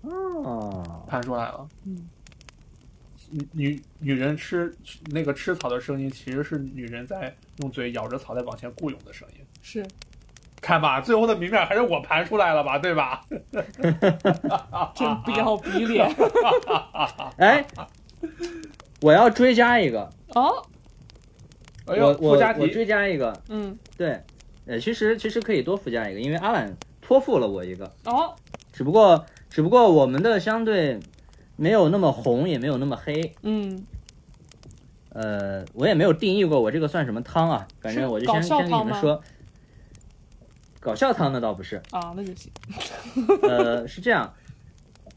哦，
盘出来了。
嗯，
女女女人吃那个吃草的声音，其实是女人在用嘴咬着草在往前雇佣的声音。
是
看吧，最后的谜面还是我盘出来了吧，对吧？
真不要比 脸
啊
哎，我要追加一个，
哦，
哎
我
呦，附
我
加
我
题，
追加一个，
嗯
对，呃，其实其实可以多附加一个，因为阿懒托付了我一个，
哦，
只不过只不过我们的相对没有那么红，也没有那么黑，
嗯，
呃，我也没有定义过我这个算什么汤啊，反正
是
我就
搞
先
笑
先跟你
汤
们
吗
说，搞笑汤那倒不是，
啊，那就行，
呃，是这样，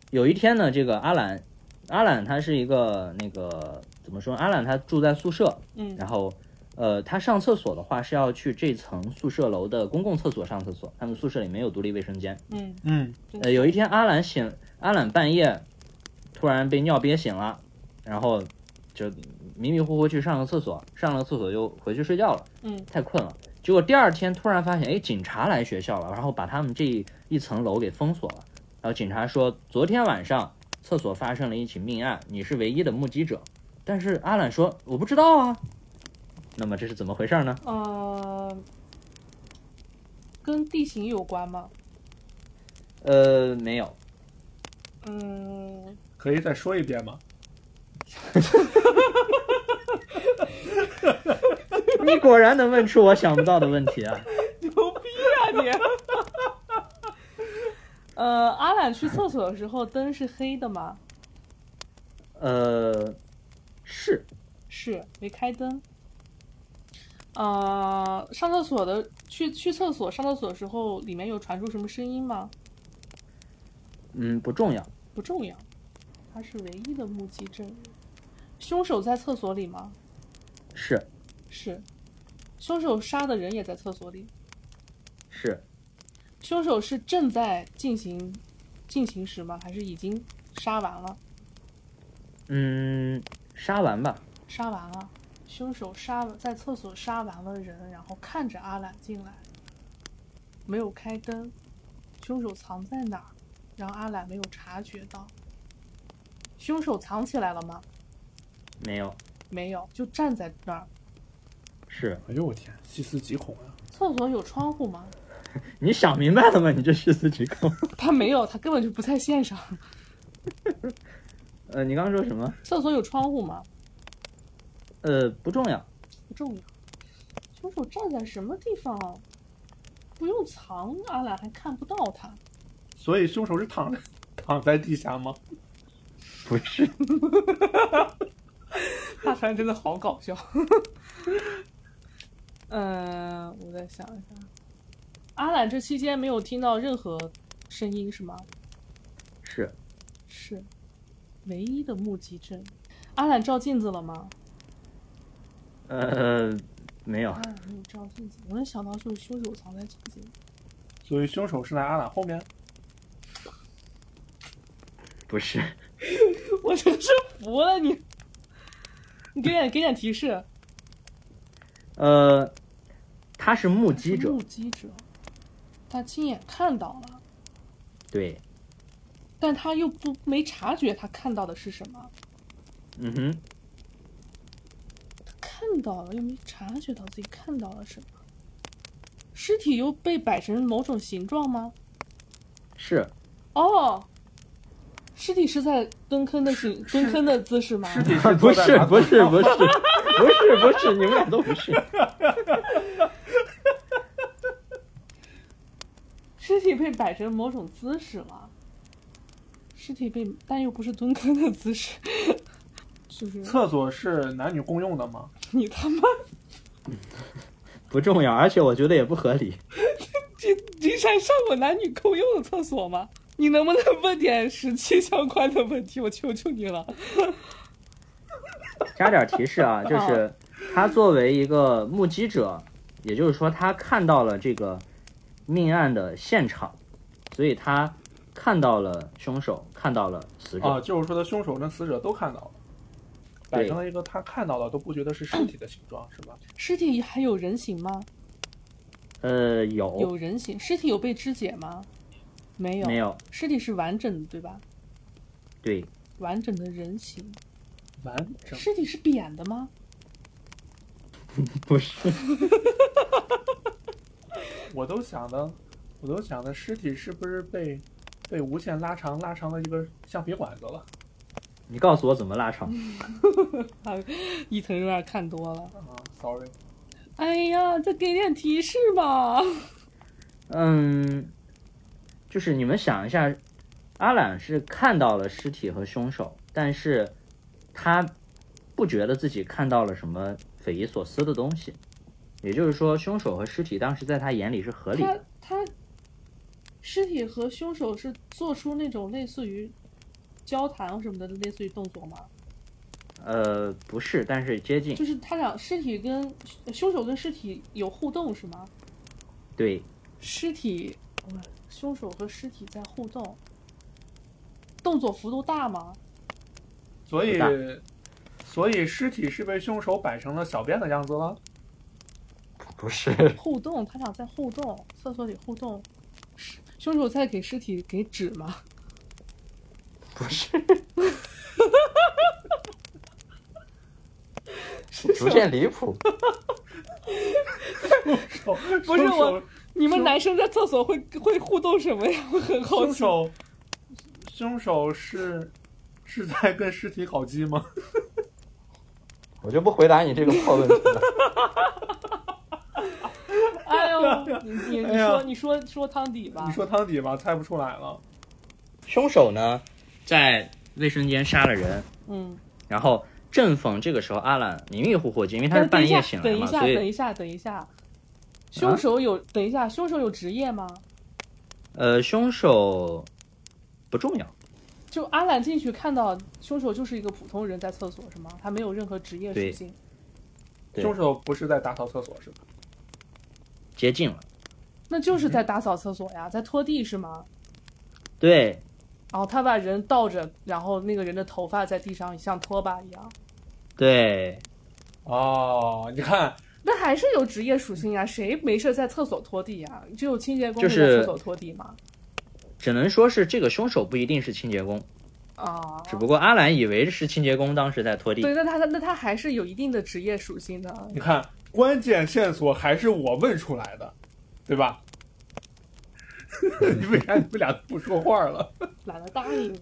有一天呢，这个阿懒，阿懒他是一个那个怎么说？阿懒他住在宿舍，
嗯
然后呃，他上厕所的话是要去这层宿舍楼的公共厕所上厕所，他们宿舍里没有独立卫生间。
嗯
嗯，
呃，有一天阿懒醒，阿懒半夜突然被尿憋醒了，然后就迷迷糊糊去上个厕所，上了厕所又回去睡觉了。
嗯
太困了。结果第二天突然发现，哎，警察来学校了，然后把他们这一一层楼给封锁了。然后警察说，昨天晚上厕所发生了一起命案，你是唯一的目击者。但是阿懒说，我不知道啊。那么这是怎么回事呢？
呃，跟地形有关吗？
呃，没有，
嗯，
可以再说一遍吗？
你果然能问出我想不到的问题啊！
牛逼 啊你！呃，阿懒去厕所的时候灯是黑的吗？
呃，是
是没开灯。呃，上厕所的去去厕所上厕所的时候，里面有传出什么声音吗？
嗯，不重要。
不重要，他是唯一的目击证人。凶手在厕所里吗？
是
是。凶手杀的人也在厕所里。
是，
凶手是正在进行进行时吗？还是已经杀完了？
嗯，杀完吧。
杀完了，凶手杀了在厕所杀完了人，然后看着阿懒进来，没有开灯，凶手藏在哪儿，让阿懒没有察觉到。凶手藏起来了吗？
没有，
没有，就站在那儿。
是
哎呦，我天，细思极恐啊！
厕所有窗户吗？
你想明白了吗？你这细思极恐。
他没有，他根本就不在线上。
呃，你刚刚说什么？
厕所有窗户吗？
呃，不重要。
不重要。凶手站在什么地方？不用藏，阿懒还看不到他。
所以凶手是躺在躺在地下吗？
不是，
大川真的好搞 笑。嗯、我再想一下。阿懒这期间没有听到任何声音是吗？
是
是，唯一的目击证。阿懒照镜子了吗？
呃，没有
阿，懒没有照镜子，我能想到就是凶手藏在镜子里。
所以凶手是在阿懒后面。
不是，
我真是服了你。你给点给点提示，
呃，他是目击者
目，击者，他亲眼看到了，
对，
但他又不没察觉他看到的是什么。
嗯哼，
看到了，又没察觉到自己看到了什么。尸体又被摆成某种形状吗？
是
哦，尸体是在蹲坑的形蹲坑的姿势吗？
尸体
不
坐在
是
马桶
不是 不是不是不是，你们俩都不是，
尸体被摆成某种姿势吗？尸体被，但又不是蹲坑的姿势， 就是
厕所是男女共用的吗？
你他妈
不重要，而且我觉得也不合理。
这金山上过男女共用的厕所吗？你能不能问点实际相关的问题？我求求你了。
加点提示啊，就是他作为一个目击者，也就是说他看到了这个命案的现场，所以他看到了凶手，看到了死者。
啊，就是说他凶手跟死者都看到了，摆成了一个他看到了都不觉得是尸体的形状，是吧？
尸体还有人形吗？
呃，有
有人形。尸体有被肢解吗？没有。
没有？
尸体是完整的，对吧？
对，
完整的人形。
完整
尸体是扁的吗？
不是，
我都想的，我都想的尸体是不是被被无限拉长，拉长了一根橡皮管子了
你告诉我怎么拉长？
伊藤润二看多了。
啊？Sorry，
哎呀，再给点提示吧。
嗯，就是你们想一下，阿懒是看到了尸体和凶手，但是他不觉得自己看到了什么匪夷所思的东西，也就是说，凶手和尸体当时在他眼里是合理
他
的。
他尸体和凶手是做出那种类似于交谈什么的，类似于动作吗？
呃，不是，但是接近。
就是他俩尸体跟凶手跟尸体有互动是吗？
对，
尸体，哇凶手和尸体在互动，动作幅度大吗？
所以
不大
所以尸体是被凶手摆成了小便的样子了。
不是，
互动，他俩在互动，厕所里互动，是凶手在给尸体给纸吗？
不是，
是什
逐
么
渐离谱。
哦、
不是
凶手
我你们男生在厕所会会互动什么呀？我很好
凶
奇。
手，凶手是是在跟尸体搞基吗？
我就不回答你这个破问题了。
哎呦，你你你
哎呀
说你说说汤底吧
你，说汤底吧，猜不出来了。
凶手呢，在卫生间杀了人，
嗯，
然后正逢这个时候，阿懒迷迷糊糊，因为他是
等
半
一下
夜醒来
等一
嘛，
下，
所
等
以啊
一下，等一下，凶手有等一下，凶手有职业吗？
呃，凶手不重要。
就阿懒进去看到凶手就是一个普通人在厕所是吗？他没有任何职业属
对
性。
对
凶手不是在打扫厕所是吧？
接近了，
那
嗯
就是在打扫厕所呀，在拖地是吗？
对，
然后他把人倒着，然后那个人的头发在地上像拖把一样，
对，
哦，你看，
那还是有职业属性呀。谁没事在厕所拖地呀？只有清洁工
就
会
是
在厕所拖地吗？
只能说是这个凶手不一定是清洁工，
啊，
只不过阿兰以为是清洁工，当时在拖地
对，。那他那他还是有一定的职业属性的。
你看，关键线索还是我问出来的，对吧？ 你为啥你们俩不说话了？
懒得答应。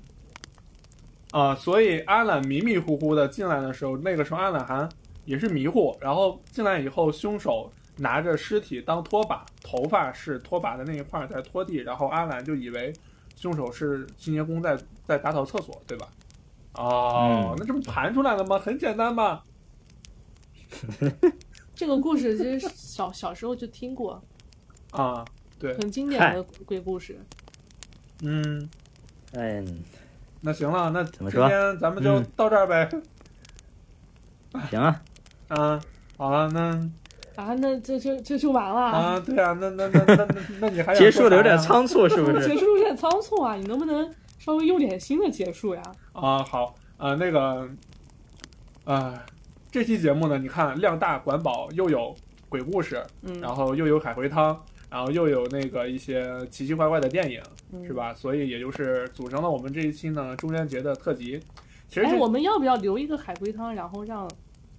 啊，所以阿懒迷迷糊糊的进来的时候，那个时候阿懒还也是迷糊，然后进来以后，凶手拿着尸体当拖把，头发是拖把的那一块儿在拖地，然后阿懒就以为凶手是清洁工在在打扫厕所，对吧？哦，
嗯
那这不盘出来了吗？很简单吧？
这个故事其实小小时候就听过，
啊，对，
很经典的鬼故事。
嗯，
嗯，
那行了，那
怎么
今
说
天咱们就
嗯
到这儿呗。
行啊，
啊，好了，那
啊，那这就这就完了。
啊，对啊，那那那那那那你还想
结束
说
的有
啥
点
呀
仓促，是不
结
是？
束有点仓促啊，你能不能稍微用点新的结束呀？
啊，好，呃，那个，呃，这期节目呢，你看量大管饱，又有鬼故事，
嗯，
然后又有海龟汤，然后又有那个一些奇奇怪怪的电影，
嗯
是？吧？所以也就是组成了我们这一期呢中元节的特辑。其实
哎，
这
我们要不要留一个海龟汤，然后让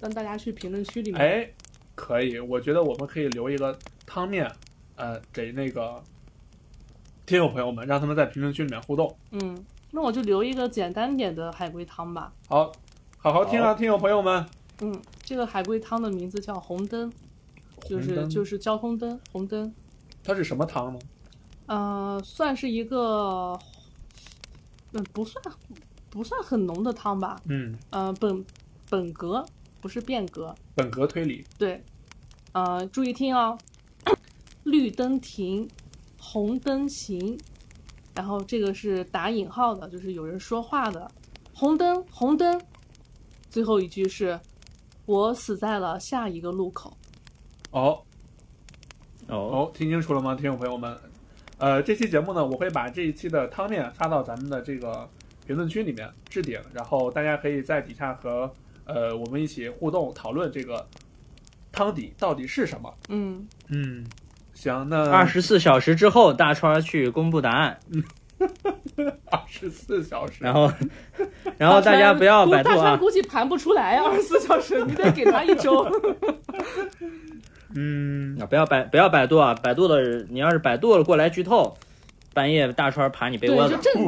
让大家去评论区里面？
哎，可以，我觉得我们可以留一个汤面，呃，给那个听友朋友们，让他们在评论区里面互动。
嗯，那我就留一个简单点的海龟汤吧。
好，好好听啊，听友朋友们，
嗯，这个海龟汤的名字叫红灯，就
红
是
灯
就是交通灯，红灯。
它是什么汤呢？
呃，算是一个，嗯，不算不算很浓的汤吧。
嗯，
呃，本本格不是变革，
本格推理，
对，呃，注意听哦，绿灯停，红灯行，然后这个是打引号的，就是有人说话的，红灯，红灯，最后一句是，我死在了下一个路口。
哦，
哦，
哦，听清楚了吗，听众朋友们？呃，这期节目呢，我会把这一期的汤面发到咱们的这个评论区里面置顶，然后大家可以在底下和呃我们一起互动讨论这个汤底到底是什么。
嗯，
嗯，行，那
二十四小时之后，大川去公布答案，
二十四小时，
然后，然后大家不要百
大
度
川
啊，
估计盘不出来二十四小时，你得给他一 周。
嗯，
啊不要百不要百度啊，百度的你要是百度了过来剧透，半夜大川爬你被
对，
窝
就
子，
正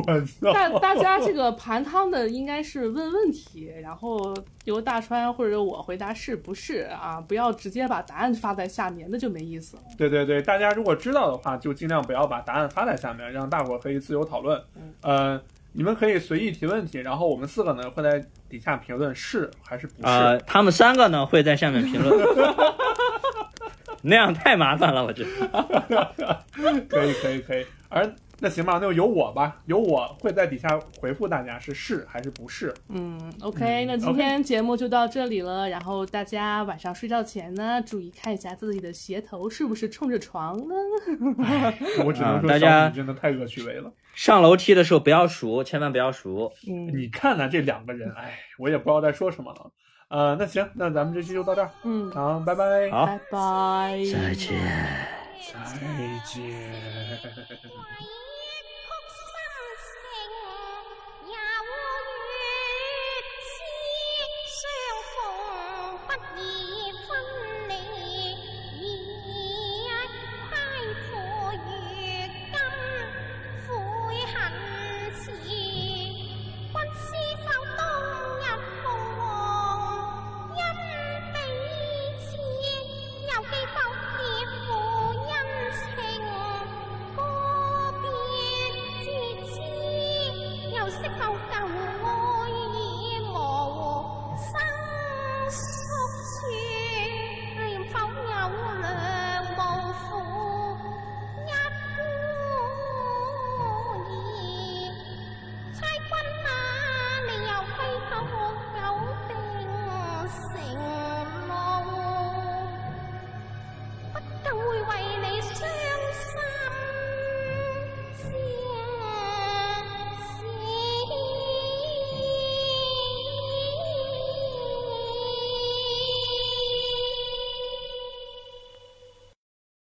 我
大
操，
大家这个盘汤的应该是问问题，然后由大川或者我回答是不是啊？不要直接把答案发在下面，那就没意思了。
对对对，大家如果知道的话，就尽量不要把答案发在下面，让大伙儿可以自由讨论
嗯。
呃，你们可以随意提问题，然后我们四个呢会在底下评论是还是不是。
呃，他们三个呢会在下面评论，那样太麻烦了，我觉得。
可以可以可以。而那行吧，那就由我吧，由我会在底下回复大家是是还是不是。
嗯，OK，
嗯
那今天节目就到这里了。然后大家晚上睡觉前呢，注意看一下自己的鞋头是不是冲着床呢。
我只能说，
啊大家
小品真的太恶趣味了。
上楼梯的时候不要数，千万不要数。
嗯
你看看这两个人，哎，我也不知道在说什么了。呃，那行，那咱们这期就到这儿，
嗯，
好，拜拜，
好
拜拜。
再见。
再见。
Why you